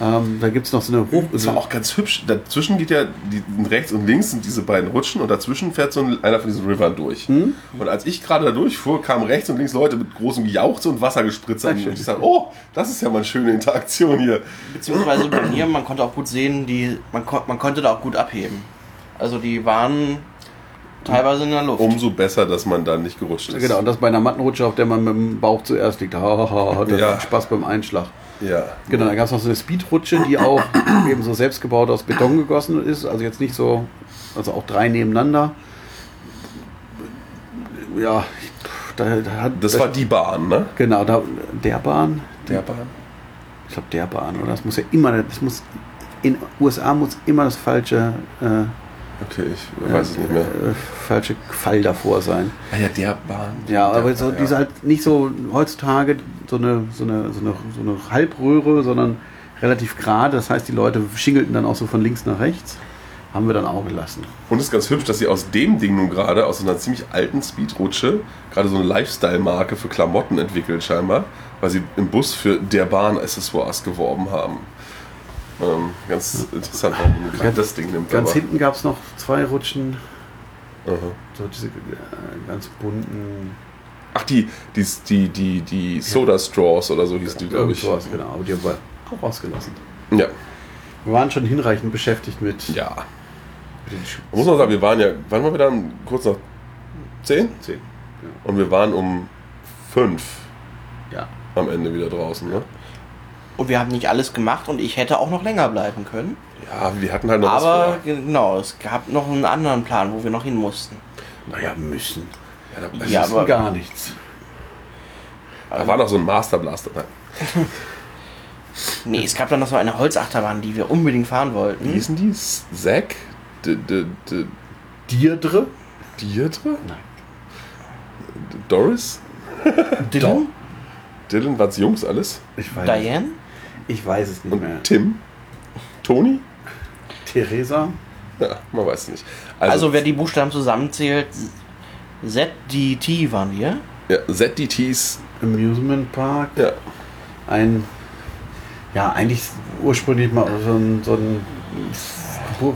C: Ähm, da gibt es noch so eine Hoch...
B: Das war auch ganz hübsch. Dazwischen geht ja die, rechts und links sind diese beiden Rutschen und dazwischen fährt so ein, einer von diesen Rivern durch.
C: Hm?
B: Und als ich gerade da durchfuhr, kamen rechts und links Leute mit großem Jauchze und Wassergespritzer. Und
C: schön.
B: ich sage, oh, das ist ja mal eine schöne Interaktion hier.
A: Beziehungsweise bei mir, man konnte auch gut sehen, die, man, kon man konnte da auch gut abheben. Also die waren teilweise in der Luft.
B: Umso besser, dass man da nicht gerutscht ist.
C: genau, und das bei einer Mattenrutsche, auf der man mit dem Bauch zuerst liegt. Ha, ha, ha, ha, das
B: Ja.
C: macht Spaß beim Einschlag.
B: Ja.
C: Genau, da gab es noch so eine Speedrutsche, die auch eben so selbstgebaut aus Beton gegossen ist. Also jetzt nicht so... Also auch drei nebeneinander. Ja, ich- da, da hat...
B: Das war die Bahn, ne?
C: Genau, da, der Bahn...
B: Der Bahn.
C: ich glaube, der Bahn, oder? Das muss ja immer, das muss, in USA muss immer das falsche, äh,
B: Okay, ich weiß es nicht mehr.
C: äh, falsche Fall davor sein.
B: Ah ja, der Bahn.
C: Ja,
B: Der
C: aber so,
B: Bahn,
C: diese
B: ja.
C: halt nicht so heutzutage so eine, so eine, so eine, so eine Halbröhre, sondern relativ gerade. Das heißt, die Leute schingelten dann auch so von links nach rechts. Haben wir dann auch gelassen.
B: Und es ist ganz hübsch, dass sie aus dem Ding nun gerade, aus einer ziemlich alten Speedrutsche, gerade so eine Lifestyle-Marke für Klamotten entwickelt scheinbar, weil sie im Bus für der Bahn Accessoires geworben haben. Ähm, ganz interessant, warum man gerade das Ding nimmt.
C: Ganz
B: aber-
C: hinten gab es noch zwei Rutschen,
B: Aha.
C: so diese äh, ganz bunten.
B: Ach, die, die, die, die, die Soda Straws oder so hießen die, glaube ich.
C: Irgendwas, genau. Aber die haben wir auch ausgelassen.
B: Ja,
C: Wir waren schon hinreichend beschäftigt mit,
B: ja.
C: mit den Schu-
B: Man muss noch sagen, wir waren ja, wann waren wir dann? Kurz nach 10?
C: Zehn.
B: Und wir waren um 5
C: Ja.
B: am Ende wieder draußen, ne?
A: Und wir haben nicht alles gemacht und ich hätte auch noch länger bleiben können.
B: Ja, wir hatten halt noch was
A: Aber
B: vor.
A: genau, es gab noch einen anderen Plan, wo wir noch hin mussten.
C: Naja, müssen.
B: Ja, da-
A: Ja,
C: müssen
A: aber-
C: gar nichts.
B: Da war noch so ein Master Blaster. Nein.
A: Nee, es gab dann noch so eine Holzachterbahn, die wir unbedingt fahren
C: Hm?
B: Wie
A: wollten.
B: hießen die? Zack? D -d -d
C: Dierdre?
B: Deirdre?
C: Nein.
B: Doris?
A: Dylan?
B: Dylan, was Jungs alles?
C: Ich weiß,
A: Diane?
C: ich weiß es nicht
B: Und
C: mehr.
B: Tim? Toni?
C: Theresa?
B: Ja, man weiß es nicht.
A: Also wer die Buchstaben zusammenzählt, ZDT waren wir.
B: Ja, ZDTs.
C: Amusement Park?
B: Ja.
C: Ein. Ja, eigentlich ursprünglich mal so ein, so ein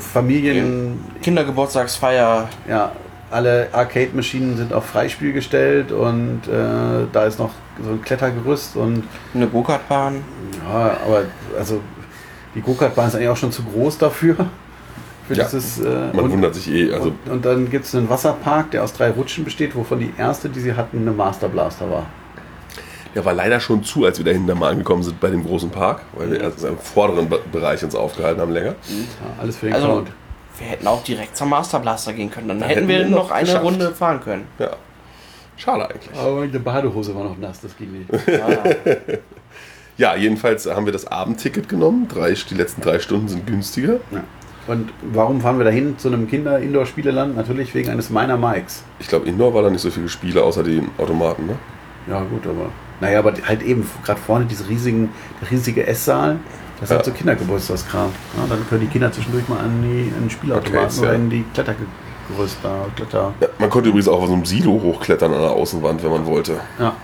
C: Familien.
A: Kindergeburtstagsfeier.
C: Ja, alle Arcade-Maschinen sind auf Freispiel gestellt und äh, da ist noch so ein Klettergerüst und
A: Eine Go-Kart-Bahn.
C: Ja, aber also die Go-Kart-Bahn ist eigentlich auch schon zu groß dafür. Für
B: Ja,
C: dieses, äh,
B: Man
C: und,
B: wundert sich eh. Also,
C: und, und dann gibt es einen Wasserpark, der aus drei Rutschen besteht, wovon die erste, die sie hatten, eine Master Blaster war.
B: der war leider schon zu, als wir dahinter mal angekommen sind bei dem großen Park, weil
C: Hm?
B: wir erst im vorderen Be- Bereich uns aufgehalten haben länger.
C: Ja, alles für den
A: Also-
C: Cloud.
A: Wir hätten auch direkt zum Master Blaster gehen können. Dann
B: Dann
A: hätten,
B: hätten
A: wir
B: wir
A: noch
B: noch
A: eine
B: geschafft.
A: Runde fahren können.
B: Ja. Schade eigentlich.
C: Aber die Badehose war noch nass, das ging nicht.
A: Ja.
B: Ja, jedenfalls haben wir das Abendticket genommen. Drei, die letzten drei Stunden sind günstiger.
C: Ja. Und warum fahren wir dahin zu einem Kinder-Indoor-Spieleland? Natürlich wegen eines meiner Mikes.
B: Ich glaube, Indoor war da nicht so viele Spiele außer den Automaten, ne?
C: Ja, gut, aber. Naja, aber halt eben gerade vorne diese riesigen, der riesige Esssaal. Das ist halt so
B: Ja.
C: Kindergeburtstagskram. Ja, dann können die Kinder zwischendurch mal an die an den Spielautomaten
B: Okay, jetzt,
C: oder
B: ja.
C: in die Klettergerüst da, Kletter.
B: Ja, man konnte übrigens auch aus einem Silo hochklettern an der Außenwand, wenn man wollte.
C: Ja.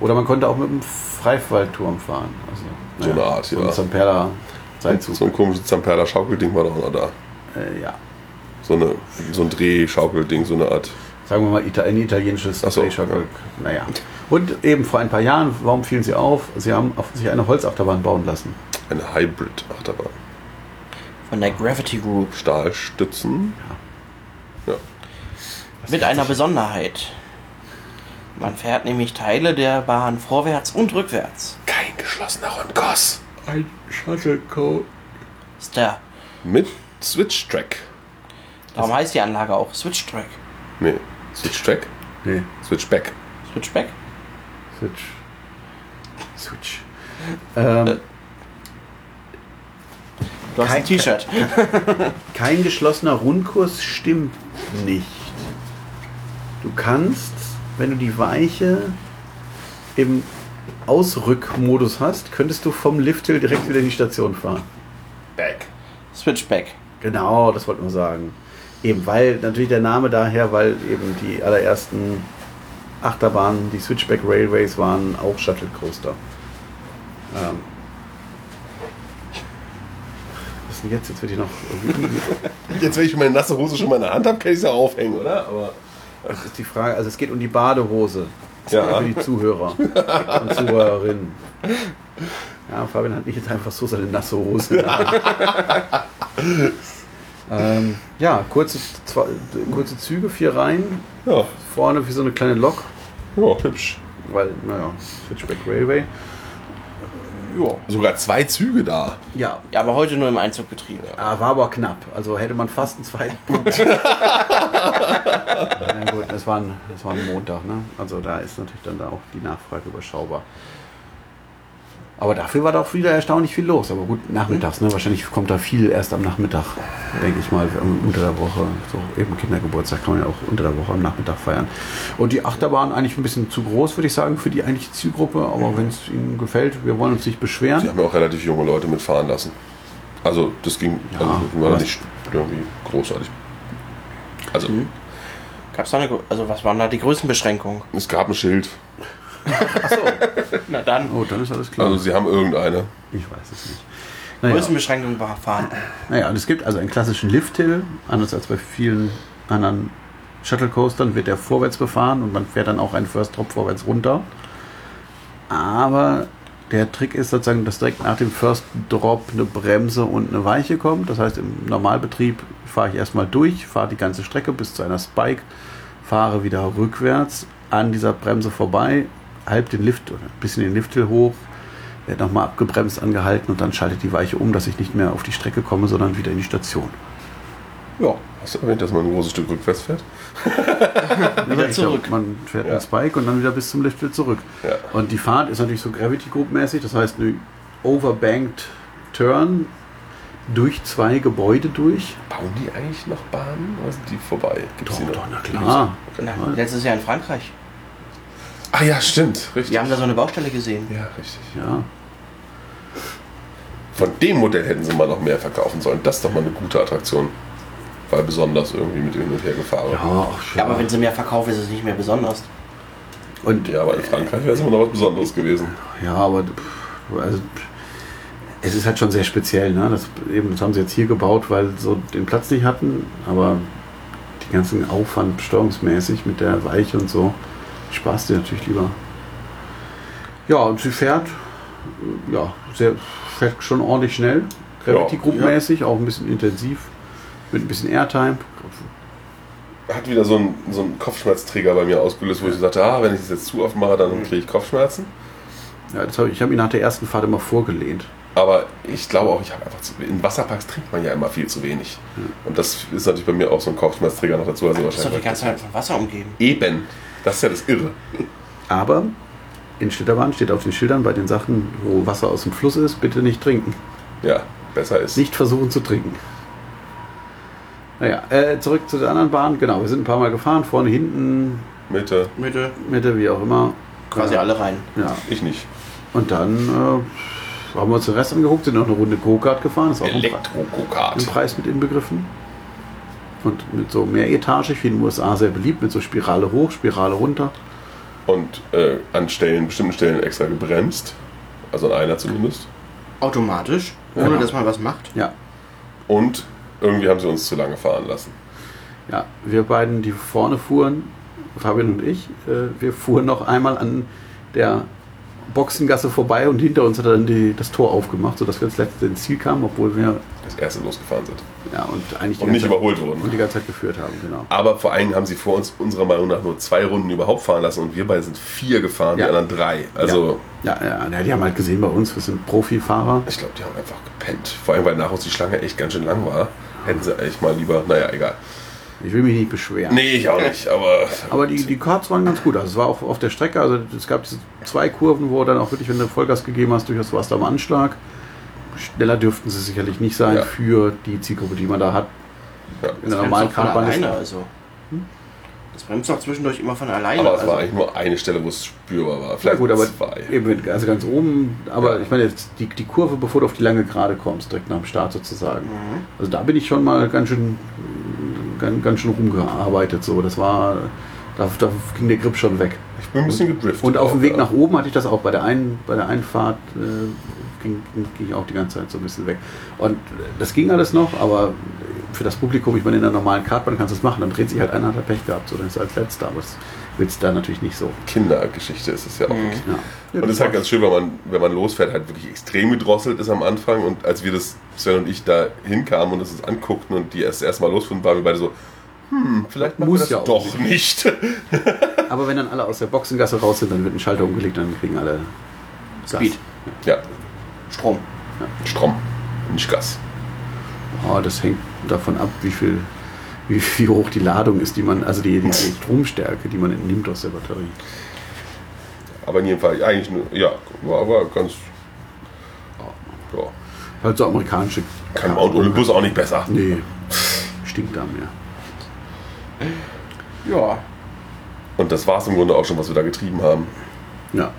C: Oder man konnte auch mit dem Freifallturm fahren. Also,
B: So eine Art,
C: So ein
B: ja.
C: Zamperla Seilzug.
B: So ein komisches Zamperler Schaukelding war doch noch da.
C: Äh, ja.
B: So, eine, so ein Drehschaukelding, so eine Art.
C: Sagen wir mal Ita ein italienisches
B: Ach so,
C: Drehschaukel. Naja. Und eben vor ein paar Jahren, warum fielen sie auf? Sie haben auf sich eine Holzachterbahn bauen lassen.
B: Eine Hybrid-Achterbahn.
A: Von der Gravity Group.
B: Stahlstützen.
A: Mit einer Besonderheit. Man fährt nämlich Teile der Bahn vorwärts und rückwärts.
B: Kein geschlossener Rundgoss.
C: Ein Shuttlecode.
A: Ist der.
B: Mit Switch-Track.
A: Darum heißt die Anlage auch Switchback.
B: Nee, Switch-Track?
C: Nee,
B: Switchback.
A: Switchback?
C: Switch. Switch. Ähm,
A: Du hast
C: Kein-
A: ein T-Shirt.
C: kein geschlossener Rundkurs stimmt nicht. Du kannst, wenn du die Weiche im Ausrückmodus hast, könntest du vom Lifthill direkt wieder in die Station fahren.
B: Back.
A: Switchback.
C: Genau, das wollte man sagen. Eben, weil natürlich der Name daher, weil eben die allerersten Achterbahnen, die Switchback Railways waren, auch Shuttle Coaster. Ähm. Was ist denn jetzt? Jetzt wird hier noch.
B: Jetzt, wenn ich meine nasse Hose schon mal in der Hand habe, kann ich sie aufhängen, oder? Aber
C: Das ist die Frage. Also, es geht um die Badehose.
B: Ja.
C: Für die Zuhörer und Zuhörerinnen. Ja, Fabian hat nicht jetzt einfach so seine nasse Hose. ähm, ja, kurze, zwei, kurze Züge, vier Reihen.
B: ja,
C: Vorne wie so eine kleine Lok,
B: ja hübsch.
C: weil, naja, Switchback Railway.
B: Ja. Sogar zwei Züge da.
C: Ja,
A: Ja, aber heute nur im Einzugbetrieb.
C: ah, war aber knapp. Also hätte man fast einen zweiten Punkt. Na gut, das war, ein, das war ein Montag, ne? Also da ist natürlich dann da auch die Nachfrage überschaubar. Aber dafür war da auch wieder erstaunlich viel los. Aber gut, nachmittags, ne? Wahrscheinlich kommt da viel erst am Nachmittag, denke ich mal, um, unter der Woche. So eben Kindergeburtstag kann man ja auch unter der Woche am Nachmittag feiern. Und die Achterbahn eigentlich ein bisschen zu groß, würde ich sagen, für die eigentliche Zielgruppe. Aber wenn es Ihnen gefällt, wir wollen uns nicht beschweren.
B: Die haben Mhm. ja auch relativ junge Leute mitfahren lassen. Also das ging
C: Ja,
B: also, das war
C: was-
B: nicht irgendwie großartig. Also
A: Gab's da eine. Gro- Also, was waren da die Größenbeschränkungen?
B: es gab ein Schild.
A: Na dann.
C: Oh, dann ist alles klar.
B: Also sie haben irgendeine.
C: Ich weiß es nicht. Naja,
A: Größenbeschränkungen fahren.
C: naja, und es gibt also einen klassischen Lifthill, anders als bei vielen anderen Shuttlecoastern wird der vorwärts befahren und man fährt dann auch einen First Drop vorwärts runter. Aber der Trick ist sozusagen, dass direkt nach dem First Drop eine Bremse und eine Weiche kommt. Das heißt, im Normalbetrieb fahre ich erstmal durch, fahre die ganze Strecke bis zu einer Spike, fahre wieder rückwärts an dieser Bremse vorbei, halb den Lift, oder ein bisschen den Lifthill hoch, werde nochmal abgebremst, angehalten und dann schaltet die Weiche um, dass ich nicht mehr auf die Strecke komme, sondern wieder in die Station.
B: Ja. Hast du erwähnt, dass man ein großes Stück rückwärts fährt?
A: Wieder
C: Ich
A: zurück.
C: glaub, man fährt
B: Ja.
C: einen Spike und dann wieder bis zum Lifthill zurück.
B: Ja.
C: Und die Fahrt ist natürlich so Gravity Group mäßig, das heißt eine overbanked Turn durch zwei Gebäude durch.
B: Bauen die eigentlich noch Bahnen? Oder sind die vorbei? Gibt's die noch?
C: klar.
A: Na, letztes Jahr in Frankreich.
B: Ah ja, stimmt. Richtig.
A: Wir haben da so eine Baustelle gesehen.
B: ja, richtig.
C: Ja.
B: Von dem Modell hätten sie mal noch mehr verkaufen sollen. Das ist doch mal eine gute Attraktion. Weil besonders irgendwie mit hin und her gefahren.
C: Ja, auch schön.
A: Ja, aber wenn sie mehr verkaufen, ist es nicht mehr besonders.
C: und
B: Ja, aber in Frankreich wäre es immer noch was Besonderes gewesen.
C: Ja, aber pff, also, pff, es ist halt schon sehr speziell. Ne? Das, eben, das haben sie jetzt hier gebaut, weil sie so den Platz nicht hatten. Aber den ganzen Aufwand steuerungsmäßig mit der Weiche und so spaßt dir natürlich lieber. Ja, und sie fährt, äh, ja, sehr, fährt schon ordentlich schnell. Gravity
B: Ja,
C: Group mäßig, auch ein bisschen intensiv. Mit ein bisschen Airtime.
B: Hat wieder so einen, so einen Kopfschmerzträger bei mir ausgelöst, wo ich sagte, ah, wenn ich das jetzt zu oft mache,
C: Mhm.
B: dann kriege ich Kopfschmerzen.
C: Ja, das hab ich ich habe ihn nach der ersten Fahrt immer vorgelehnt.
B: Aber ich glaube auch, ich habe einfach zu, in Wasserparks trinkt man ja immer viel zu wenig.
C: Mhm.
B: Und das ist natürlich bei mir auch so ein Kopfschmerzträger noch dazu. Also
A: Du bist doch die
B: wahrscheinlich
A: ganze Zeit von Wasser umgeben.
B: eben. Das ist ja das Irre.
C: Aber in Schlitterbahn steht auf den Schildern bei den Sachen, wo Wasser aus dem Fluss ist, bitte nicht trinken.
B: Ja, besser ist.
C: Nicht versuchen zu trinken. Naja, äh, zurück zu der anderen Bahn. Genau, wir sind ein paar Mal gefahren. Vorne, hinten,
B: Mitte.
A: Mitte,
C: Mitte, wie auch immer.
A: quasi alle rein.
C: Ja.
B: Ich nicht.
C: Und dann äh, haben wir uns den Rest angeguckt, sind noch eine Runde Go-Kart gefahren. Ist auch ein, Pre ein
B: Elektro-Go-Kart.
C: Preis mit inbegriffen. Und mit so mehretagig, wie in den USA sehr beliebt, mit so Spirale hoch, Spirale runter.
B: Und äh, an Stellen, bestimmten Stellen extra gebremst. Also an einer zumindest.
A: Automatisch, ohne
C: Ja.
A: dass man was macht.
C: Ja,
B: Und irgendwie haben sie uns zu lange fahren lassen.
C: ja. Wir beiden, die vorne fuhren, Fabian und ich, äh, wir fuhren noch einmal an der Boxengasse vorbei und hinter uns hat er dann die, das Tor aufgemacht, sodass wir ins letzte ins Ziel kamen, obwohl wir
B: Das erste losgefahren sind.
C: ja, und eigentlich die
B: Und nicht
C: ganze Zeit,
B: überholt
C: und die
B: wurden.
C: ganze Zeit geführt haben, genau.
B: Aber vor allen Dingen haben sie vor uns unserer Meinung nach nur zwei Runden überhaupt fahren lassen und wir beide sind vier gefahren,
C: Ja.
B: die anderen drei. Also
C: Ja, ja, ja, die haben halt gesehen bei uns, wir sind Profifahrer.
B: ich glaube, die haben einfach gepennt. Vor allem, weil nach uns die Schlange echt ganz schön lang war. Hätten sie eigentlich mal lieber, naja, egal.
C: Ich will mich nicht beschweren.
B: Nee, ich auch nicht, aber.
C: Aber die, die Karts waren ganz gut. Also es war auch auf der Strecke, also es gab diese zwei Kurven, wo dann auch wirklich, wenn du Vollgas gegeben hast, durchaus warst du am Anschlag. Schneller dürften sie sicherlich nicht sein
B: Ja.
C: für die Zielgruppe, die man da hat.
B: Ja.
C: In der
A: Bremst
C: normalen
A: doch von
C: Kartbahn ist
A: alleine, also. Das bremst doch zwischendurch immer von alleine.
B: Aber es
A: also.
B: war eigentlich nur eine Stelle, wo es spürbar war.
C: ja
B: Vielleicht
C: gut, aber
B: zwei.
C: eben, wenn- also ganz oben. Aber
B: Ja.
C: ich meine, jetzt die, die Kurve, bevor du auf die lange Gerade kommst, direkt nach dem Start sozusagen.
A: Mhm.
C: Also da bin ich schon mal ganz schön, ganz, ganz schön rumgearbeitet. So, das war, da, da ging der Grip schon weg.
B: Ich bin ein bisschen gedriftet.
C: Und auf dem Weg
B: ja.
C: nach oben hatte ich das auch. Bei der, einen, bei der Einfahrt äh, ging, ging- ging ich auch die ganze Zeit so ein bisschen weg. Und äh, das ging alles noch, aber für das Publikum, ich meine, in der normalen Kartbahn kannst du das machen. Dann dreht sich halt einer, hat er Pech gehabt. So, dann ist er als Letzter. Aber das willst du da natürlich nicht so.
B: Kindergeschichte ist es ja auch wirklich.
C: Ja.
B: Und es ist halt ganz schön, wenn man, wenn man losfährt, halt wirklich extrem gedrosselt ist am Anfang. Und als wir das, Sven und ich, da hinkamen und es uns anguckten und die erst erstmal losfuhren, waren wir beide so, hm, vielleicht machen
C: Muss
B: wir das
C: ja auch
B: doch nicht.
C: aber wenn dann alle aus der Boxengasse raus sind, dann wird ein Schalter umgelegt, dann kriegen alle Gas.
A: Speed,
B: ja,
A: Strom.
B: Strom, nicht Gas.
C: Oh, das hängt davon ab, wie viel, wie, wie hoch die Ladung ist, die man, also die, die Stromstärke, die man entnimmt aus der Batterie.
B: Aber in jedem Fall, eigentlich nur, ja, war aber ganz. Ja.
C: Halt so amerikanische.
B: Kann Mount Olympus auch nicht besser.
C: Nee, stinkt da mehr.
A: Ja.
B: Und das war es im Grunde auch schon, was wir da getrieben haben.
C: Ja.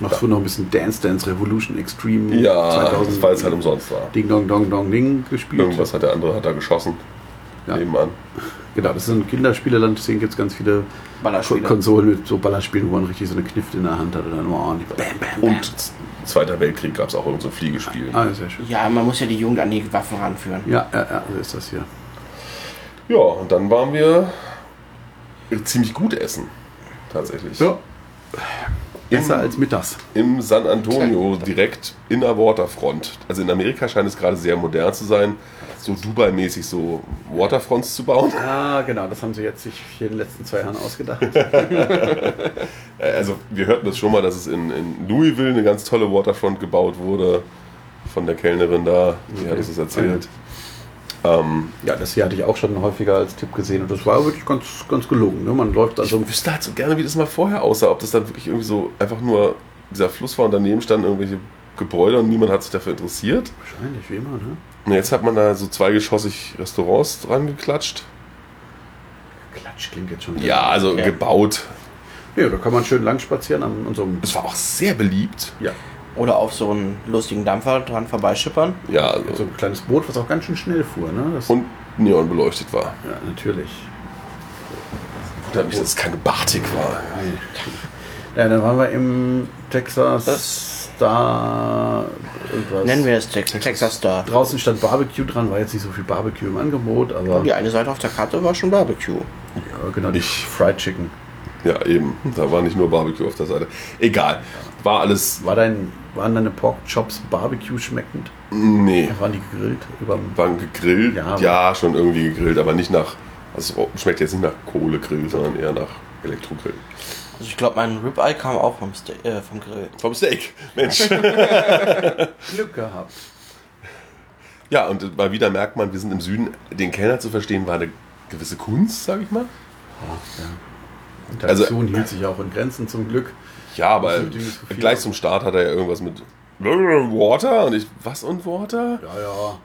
C: Machst du noch ein bisschen Dance Dance Revolution Extreme
B: Ja, das war jetzt halt umsonst war.
C: Ding Dong Dong Dong Ding gespielt.
B: Irgendwas hat der andere hat da geschossen.
C: Ja.
B: Nebenan.
C: Genau, das ist ein Kinderspieleland, deswegen gibt es ganz viele
A: Ballerspiele.
C: Konsolen mit so Ballerspielen, wo man richtig so eine Knift in der Hand hat und dann oh, und die bam, bam, bam.
B: Und Z- Zweiter Weltkrieg gab es auch irgend so ein Fliegespiel.
C: Ah, sehr schön.
A: Ja, man muss ja die Jugend an die Waffen ranführen.
C: Ja, ja, ja, so ist das hier.
B: Ja, und dann waren wir ziemlich gut essen. Tatsächlich.
C: Ja. Besser als mittags.
B: Im San Antonio direkt in der Waterfront. Also in Amerika scheint es gerade sehr modern zu sein, so Dubai-mäßig so Waterfronts zu bauen.
C: Ah, genau, das haben sie jetzt sich hier in den letzten zwei Jahren ausgedacht.
B: Äh, Also wir hörten das schon mal, dass es in, in Louisville eine ganz tolle Waterfront gebaut wurde von der Kellnerin da. Die hat uns das erzählt. Ähm,
C: ja, das hier hatte ich auch schon häufiger als Tipp gesehen und das war wirklich ganz, ganz gelungen. Ne? Man läuft also
B: ich wüsste halt so gerne, wie das mal vorher aussah, ob das dann wirklich irgendwie so einfach nur dieser Fluss war und daneben standen irgendwelche Gebäude und niemand hat sich dafür interessiert.
C: wahrscheinlich wie immer, ne?
B: Und jetzt hat man da so zweigeschossig Restaurants dran geklatscht.
C: Klatsch klingt jetzt schon.
B: Ja, also
A: Ja.
B: gebaut.
C: Ja, da kann man schön lang spazieren an unserem.
B: Es war auch sehr beliebt.
C: Ja,
A: Oder auf so einen lustigen Dampfer dran vorbeischippern.
B: Ja, also.
C: so ein kleines Boot, was auch ganz schön schnell fuhr, ne? Das,
B: Und neon beleuchtet war.
C: ja, natürlich.
B: Wundert mich, dass es keine Bartik war.
C: Ja, dann waren wir im Texas
A: Das-
C: Star. Irgendwas.
A: Nennen wir es Texas, Texas Star.
C: Draußen stand Barbecue dran, war jetzt nicht so viel Barbecue im Angebot, aber.
A: Die eine Seite auf der Karte war schon Barbecue.
C: Ja, genau, die
B: Ich-
C: Fried Chicken.
B: Ja, eben. Da war nicht nur Barbecue auf der Seite. Egal. War alles.
C: War dein, waren deine Pork Chops Barbecue schmeckend?
B: Nee.
C: Waren die gegrillt? Überm,
B: Waren gegrillt?
C: Ja,
B: Ja,
C: aber-
B: schon irgendwie gegrillt, aber nicht nach. Also es schmeckt jetzt nicht nach Kohlegrill, sondern eher nach Elektrogrill.
A: Also ich glaube, mein Ribeye kam auch vom, Ste äh, vom Grill.
B: Vom Steak. Mensch.
C: Glück gehabt.
B: ja, und mal wieder merkt man, wir sind im Süden. Den Kellner zu verstehen war eine gewisse Kunst, sag ich mal.
C: Und
B: Also-
C: Aktion hielt sich auch in Grenzen zum Glück.
B: Ja, aber
C: Süd, dieses Gefühl.
B: gleich zum Start hat er ja irgendwas mit Water und ich. Was und Water?
C: Ja, ja.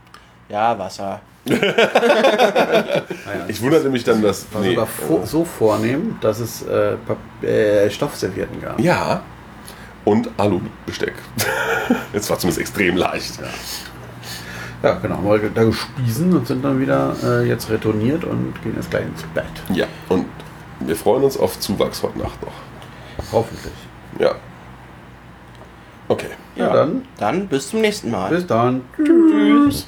A: Ja, Wasser.
C: Naja,
B: Ah, Ich wunderte mich dann, dass.
C: Also war
B: nee.
C: sogar vo so vornehm, dass es äh, Pap- äh, Stoffservietten gab.
B: Ja. Und Alubesteck. Jetzt war zumindest extrem leicht.
C: Ja, genau. Haben wir da gespiesen und sind dann wieder äh, jetzt retourniert und gehen jetzt gleich ins Bett.
B: Ja. Und wir freuen uns auf Zuwachs heute Nacht noch.
C: Hoffentlich.
B: Ja. Okay.
C: Ja, dann.
A: Dann bis zum nächsten Mal.
C: Bis dann. Tschüss.